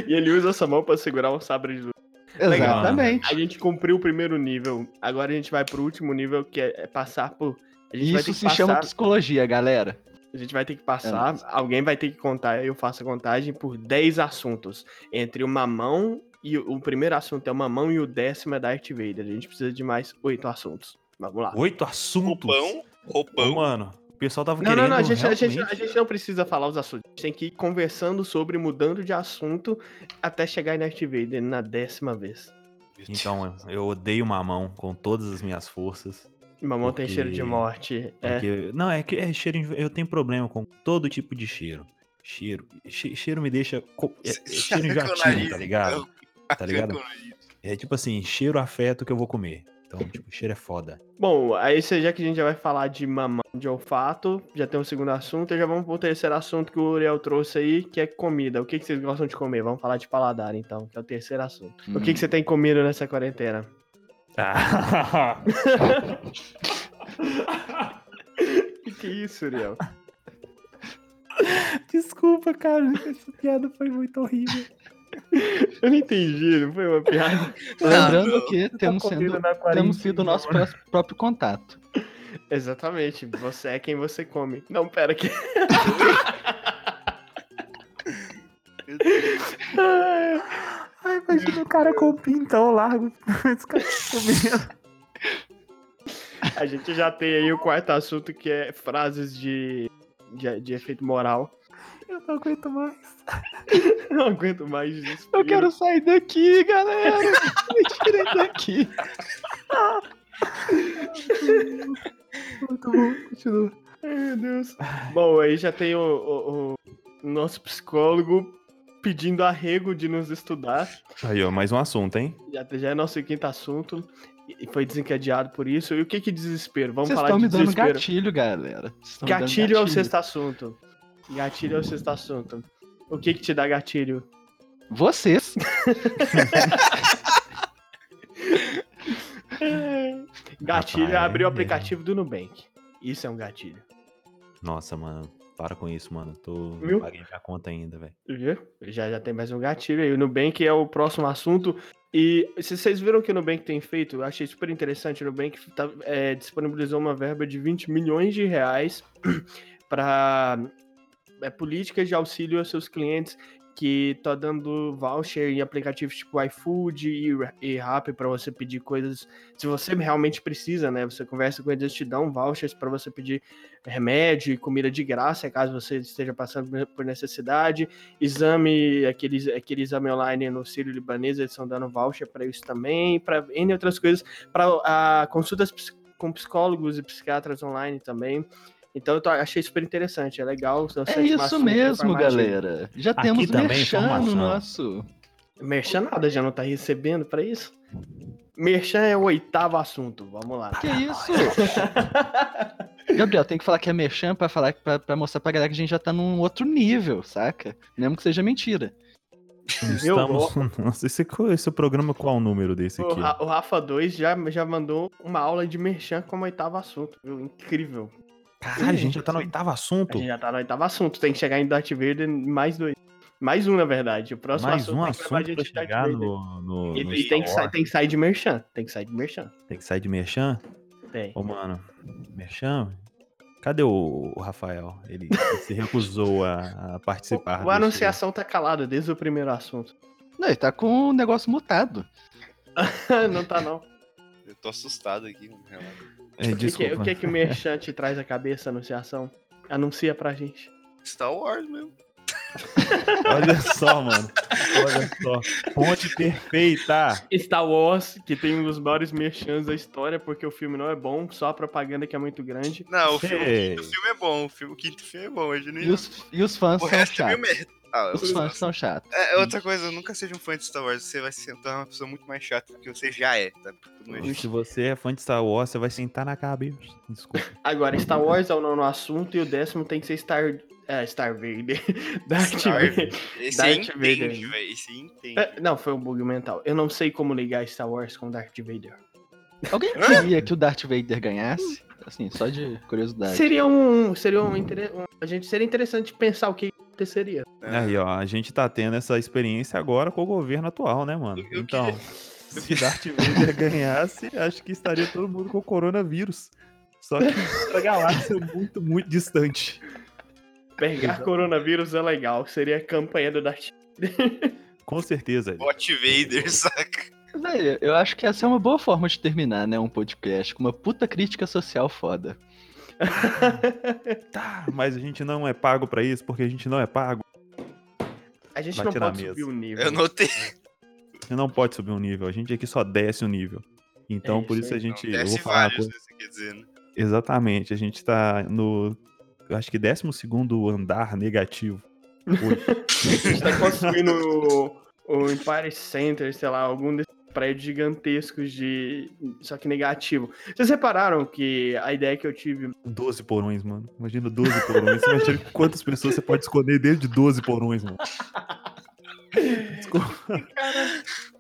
B: E ele usa essa mão pra segurar um sabre de luz.
A: Legal.
D: Exatamente.
B: A gente cumpriu o primeiro nível. Agora a gente vai pro último nível, que é, é passar por. A gente vai ter
D: Isso
B: que
D: se chama
B: passar-
D: psicologia, galera.
B: A gente vai ter que passar, alguém vai ter que contar, eu faço a contagem por 10 assuntos. Entre o mamão e o, o primeiro assunto é o mamão e o décimo é Darth Vader. A gente precisa de mais 8 assuntos. Vamos lá.
A: Oito assuntos.
C: Roupão,
A: Ô,
C: roupão.
A: mano, o pessoal tava
B: Não,
A: querendo.
B: não, não, a gente, a, gente, a
A: realmente-
B: gente não precisa falar os assuntos. A gente tem que ir conversando sobre, mudando de assunto, até chegar em Darth Vader na décima vez.
A: Então, eu odeio mamão com todas as minhas forças.
B: Mamão tem
A: Porque-
B: cheiro de morte. É.
A: Porque- Não, é que é cheiro. inv- Eu tenho problema com todo tipo de cheiro. Cheiro. che- cheiro me deixa. co-
C: (laughs)
A: É, é cheiro enjoativo, tá
C: então.
A: ligado? Tá ligado? É tipo assim, cheiro afeto que eu vou comer. Então, tipo, cheiro é foda.
B: Bom, aí você- já que a gente já vai falar de mamão de olfato, já tem um segundo assunto, e já vamos pro terceiro assunto que o Uriel trouxe aí, que é comida. O que, que vocês gostam de comer? Vamos falar de paladar, então, que é o terceiro assunto. O que, que você tem comido nessa quarentena?
A: Ah,
B: Que (laughs) que é isso, Uriel?
A: (laughs) desculpa, cara. Essa piada foi muito horrível.
B: Eu não entendi, não foi uma piada.
D: Lembrando que temos,
B: Tá comida
D: sendo,
B: na
D: temos sido
B: quarentena,
D: nosso
B: mano.
D: pró- próprio contato.
B: (laughs) Exatamente, você é quem você come. Não, pera (laughs) que...
A: Ai, imagina o cara com o pintão largo. (laughs) Esse cara tá comendo.
B: A gente já tem aí o quarto assunto, que é frases de, de, de efeito moral.
A: Eu não aguento mais.
B: Não aguento mais isso.
D: Eu quero sair daqui, galera. Me tirem daqui.
A: Muito bom, continua.
B: Meu Deus. Bom, aí já tem o, o- o nosso psicólogo pedindo arrego de nos estudar.
A: Aí, ó, mais um assunto, hein?
B: Já, já é nosso quinto assunto. E e foi desencadeado por isso. E o que que desespero? Vamos
D: Vocês
B: falar
D: estão
B: de
D: me dando
B: desespero.
D: gatilho, galera. Vocês estão me dando
B: Gatilho é o sexto assunto. Gatilho é o sexto assunto. O que que te dá
D: (laughs)
B: gatilho?
D: Vocês.
B: Gatilho é
A: Rapaz,
B: abrir o
A: é mesmo.
B: aplicativo do Nubank. Isso é um gatilho.
A: Nossa, mano. Para com isso, mano. Eu Tô...
B: Viu?
A: Não paguei minha conta ainda, velho.
B: Viu? Já, já tem mais um gatilho aí. O Nubank é o próximo assunto. E se vocês viram o que o Nubank tem feito, eu achei super interessante. O Nubank tá, é, disponibilizou uma verba de 20 milhões de reais (clears throat) para políticas de auxílio aos seus clientes que tá dando voucher em aplicativos tipo iFood e, Ra- e Rappi para você pedir coisas. Se você realmente precisa, né? Você conversa com eles, eles te dão vouchers para você pedir remédio e comida de graça, caso você esteja passando por necessidade exame, aquele, aquele exame online no Sírio Libanês, eles estão dando voucher para isso também, para N outras coisas, para consultas ps- com psicólogos e psiquiatras online também. Então eu tô- achei super interessante, é legal. são
D: É
B: sete
D: isso
B: assuntos
D: mesmo,
B: informativos.
D: galera. Já
A: Aqui
D: temos
A: também
D: merchan no
A: informação.
D: nosso.
B: Merchan nada, já não tá recebendo para isso? Merchan é o oitavo assunto, vamos lá.
D: Que isso? (laughs) Gabriel, tem que falar que é merchan pra, falar, pra, pra mostrar pra galera que a gente já tá num outro nível, saca? Mesmo que seja mentira.
B: Meu
A: Estamos. (laughs) Nossa, esse, co- esse programa, qual o número desse
B: O,
A: aqui?
B: Ra- o Rafa 2 já, já mandou uma aula de merchan como oitavo assunto, viu? Incrível.
A: Caralho, a gente já tá no oitavo
B: A
A: assunto.
B: gente já tá no oitavo assunto, tem que chegar em Darth Vader mais dois. Mais um, na verdade. O próximo
A: Mais um
B: tem que levar a
A: assunto pra
B: gente em Darth
A: chegar
B: Vader.
A: no. no, no
B: Eles
A: Star
B: têm que, sa-
A: Wars.
B: tem que sair de merchan. Tem que sair de merchan.
A: Tem que sair de merchan?
B: Tem.
A: Ô, mano, merchan? Cadê o, o Rafael? Ele, ele se recusou a, a participar.
B: O, o
A: desse- (laughs)
B: anunciação tá calada desde o primeiro assunto. (laughs)
D: Não, ele tá com um negócio mutado.
B: não tá, não.
C: Eu tô assustado aqui, meu irmão.
A: É,
D: Ei,
B: O que que,
D: desculpa.
B: o que que o Merchan te traz à cabeça, anunciação? Anuncia pra gente.
C: Star Wars mesmo.
B: é?
A: Olha só, mano. Olha só. Ponte perfeita.
B: Star Wars, que tem um dos maiores merchans da história, porque o filme não é bom, só a propaganda que é muito grande.
C: Não, o filme,
A: Ei.
C: o filme é bom. O, filme, o quinto filme é bom. A gente não...
D: E os, e os fãs
C: O
D: são
C: resto é meio
D: chatos.
C: merda. Ah,
D: Os
C: eu-
D: fãs são chatos.
C: É, outra coisa, nunca seja um fã de Star Wars. Você vai se tornar uma pessoa muito mais chata do que você já é, tá? Tudo mais.
A: E Se você é fã de Star Wars, você vai sentar na cabeça. Desculpa.
B: Agora, Star Wars é o nono assunto e o décimo tem que ser Star. É, Star Vader. (laughs) Darth
C: Star
B: Vader.
C: Esse
B: Darth
C: aí entende,
B: Vader.
C: velho. Esse aí entende.
B: É, Não, foi um bug mental. Eu não sei como ligar Star Wars com Darth Vader.
D: Alguém queria que o Darth Vader ganhasse? Assim, só de curiosidade.
B: Seria um. Seria um, inter- um- A gente seria interessante pensar o que aconteceria.
A: Aí, ó, a gente tá tendo essa experiência agora com o governo atual, né, mano?
C: Eu-
B: (laughs)
C: eu
A: Então, se Darth
C: (laughs)
A: Vader ganhasse, acho que estaria todo mundo com coronavírus. Só
B: (laughs)
A: que outra galáxia muito, muito distante.
B: Pegar coronavírus é legal. Seria a campanha do Darth
A: Com certeza.
C: Bot Vader, saca?
D: Velho, eu acho que essa é uma boa forma de terminar, né? Um podcast com uma puta crítica social foda.
A: Tá, mas a gente não é pago pra isso, porque a gente não é pago.
B: A gente
A: Bate
B: não
A: na
B: pode
A: mesa.
B: subir o nível.
C: Eu notei.
A: Você não pode subir um nível. A gente aqui só desce o nível. Então,
B: É
A: por
B: isso
A: isso a
B: aí.
A: gente. eu
C: Desce
A: vou falar uma
C: vários,
A: coisa-
C: né, você quer dizer, né?
A: Exatamente. A gente tá no. Eu acho que 12 segundo andar negativo.
B: (laughs)
A: Hoje.
B: A gente tá construindo o, o Empire Center, sei lá, algum desses prédios gigantescos de. Só que negativo. Vocês repararam que a ideia que eu tive.
A: 12 porões, mano. Imagina 12 porões. Você Imagina quantas pessoas você pode esconder desde 12 porões, mano.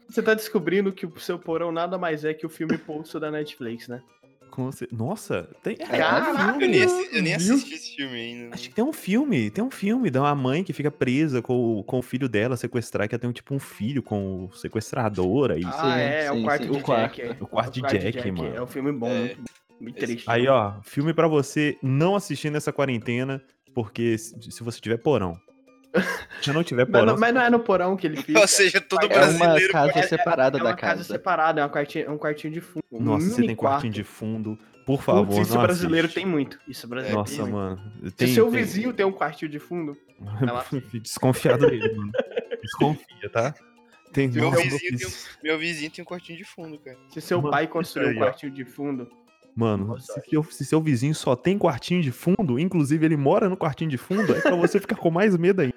B: Você tá descobrindo que o seu porão nada mais é que o filme Pulso da Netflix, né?
A: Com cer- Nossa, tem. é,
B: Caraca,
C: Eu nem,
A: viu?
C: assi- eu nem assisti esse filme ainda.
A: Acho
C: né?
A: que tem um filme, tem um filme da uma mãe que fica presa com, o- com o filho dela sequestrar, que ela tem um, tipo um filho com o sequestrador aí.
B: Ah,
D: sim,
B: é, é o
D: sim,
B: quarto
D: sim,
B: de
D: o quarto.
B: Jack. é.
A: O quarto de Jack, mano.
B: É um filme bom,
C: É.
B: muito, muito triste.
A: Aí, ó, filme pra você não assistir nessa quarentena, porque se se você tiver porão. Se não tiver
B: (laughs) mas,
A: porão,
B: não, mas não é no porão que ele fica.
C: (laughs) Ou seja, todo
B: É
D: É uma
C: brasileiro.
D: casa separada
B: é
D: da
B: uma casa,
D: casa.
B: separada, é, uma quartinha- é um quartinho de fundo. um
A: nossa, você
B: mini
A: tem quartinho de fundo, por favor,
B: Putz, isso
A: não
B: brasileiro
A: assiste.
B: tem muito. Isso brasileiro tem
A: Nossa,
B: muito.
A: mano.
B: Se
A: Tem,
B: o seu
A: tem- (laughs)
B: vizinho tem um quartinho de fundo, ela-
A: Desconfiado dele,
B: (laughs)
A: mano. Desconfia, tá? Tem
C: Meu
A: nossa,
B: um
C: vizinho
A: eu
C: tem
A: fiz-
C: Meu vizinho tem um quartinho de fundo, cara.
B: se seu
A: Mano,
B: pai
A: isso
B: construiu
A: aí,
B: um
A: ó.
B: quartinho de fundo,
A: Mano, se seu, se seu vizinho só tem quartinho de fundo, inclusive ele mora no quartinho de fundo, é pra você ficar com mais medo
C: (laughs)
A: ainda.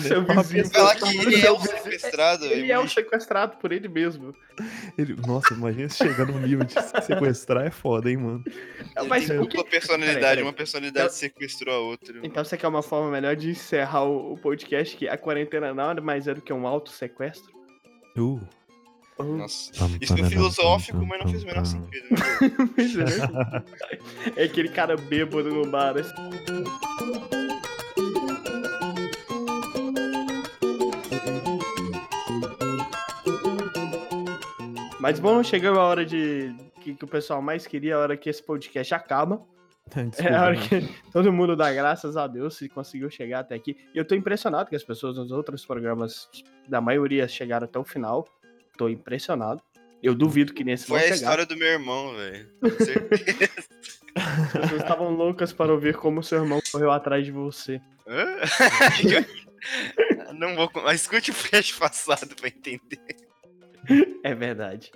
B: Seu
A: Fala,
B: vizinho-
A: pensa,
C: Falar que ele é
B: seu
C: o
B: vizinho-
C: sequestrado.
B: tá ele é o sequestrado por ele mesmo.
A: ele- Nossa, imagina se chegar no nível de se sequestrar é foda, hein, mano.
B: Mas
C: É, tem um
B: o que... Peraí,
C: dupla
B: peraí.
C: personalidade. Uma
B: Eu-
C: personalidade sequestrou a outra. né?
B: Então você quer uma forma melhor de encerrar o, o podcast que a quarentena nada mais é do que um auto-sequestro?
A: Uh.
B: um.
C: Nossa. Isso é
A: um.
C: filosófico, mas não fez o menor sentido. né?
B: Pois é, né? (laughs) é aquele cara bêbado no bar. assim. Mas bom, chegou a hora de que, que o pessoal mais queria, a hora que esse podcast acaba.
A: Desculpa,
B: É a hora
A: mano.
C: né?
B: que (laughs) todo mundo dá graças a Deus se conseguiu chegar até aqui. E eu tô impressionado que as pessoas nos outros programas, da maioria, chegaram até o final. Tô impressionado. Eu duvido que nesse vão
C: Foi a
B: chegar.
C: história do meu irmão, velho.
B: (laughs)
C: Com certeza. (laughs)
B: As pessoas estavam loucas para ouvir como seu irmão correu atrás de você.
C: Hã? Não vou. con- Mas escute o (laughs) flash passado pra entender.
B: É verdade.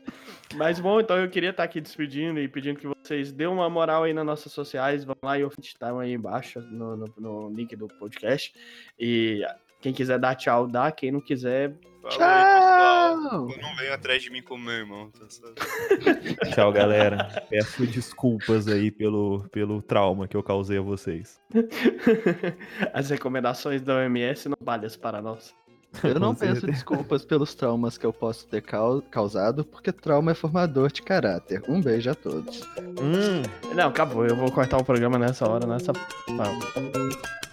B: Mas bom, então eu queria estar aqui despedindo e pedindo que vocês dêem uma moral aí nas nossas sociais. Vão lá e o feed tá aí embaixo no, no- no link do podcast. E quem quiser dar tchau, dá. Quem não quiser.
C: Falou aí, pessoal.
D: Tchau!
C: Não venho atrás de mim como meu irmão, tá certo? (laughs)
A: Tchau, galera. Peço desculpas aí pelo, pelo trauma que eu causei a vocês.
B: (laughs) As recomendações da OMS não valham para nós.
D: Eu não
A: Com certeza.
D: peço desculpas pelos traumas que eu posso ter cau- causado, porque trauma é formador de caráter. Um beijo a todos.
A: Hum.
B: Não, acabou. Eu vou cortar o programa nessa hora, nessa. Não.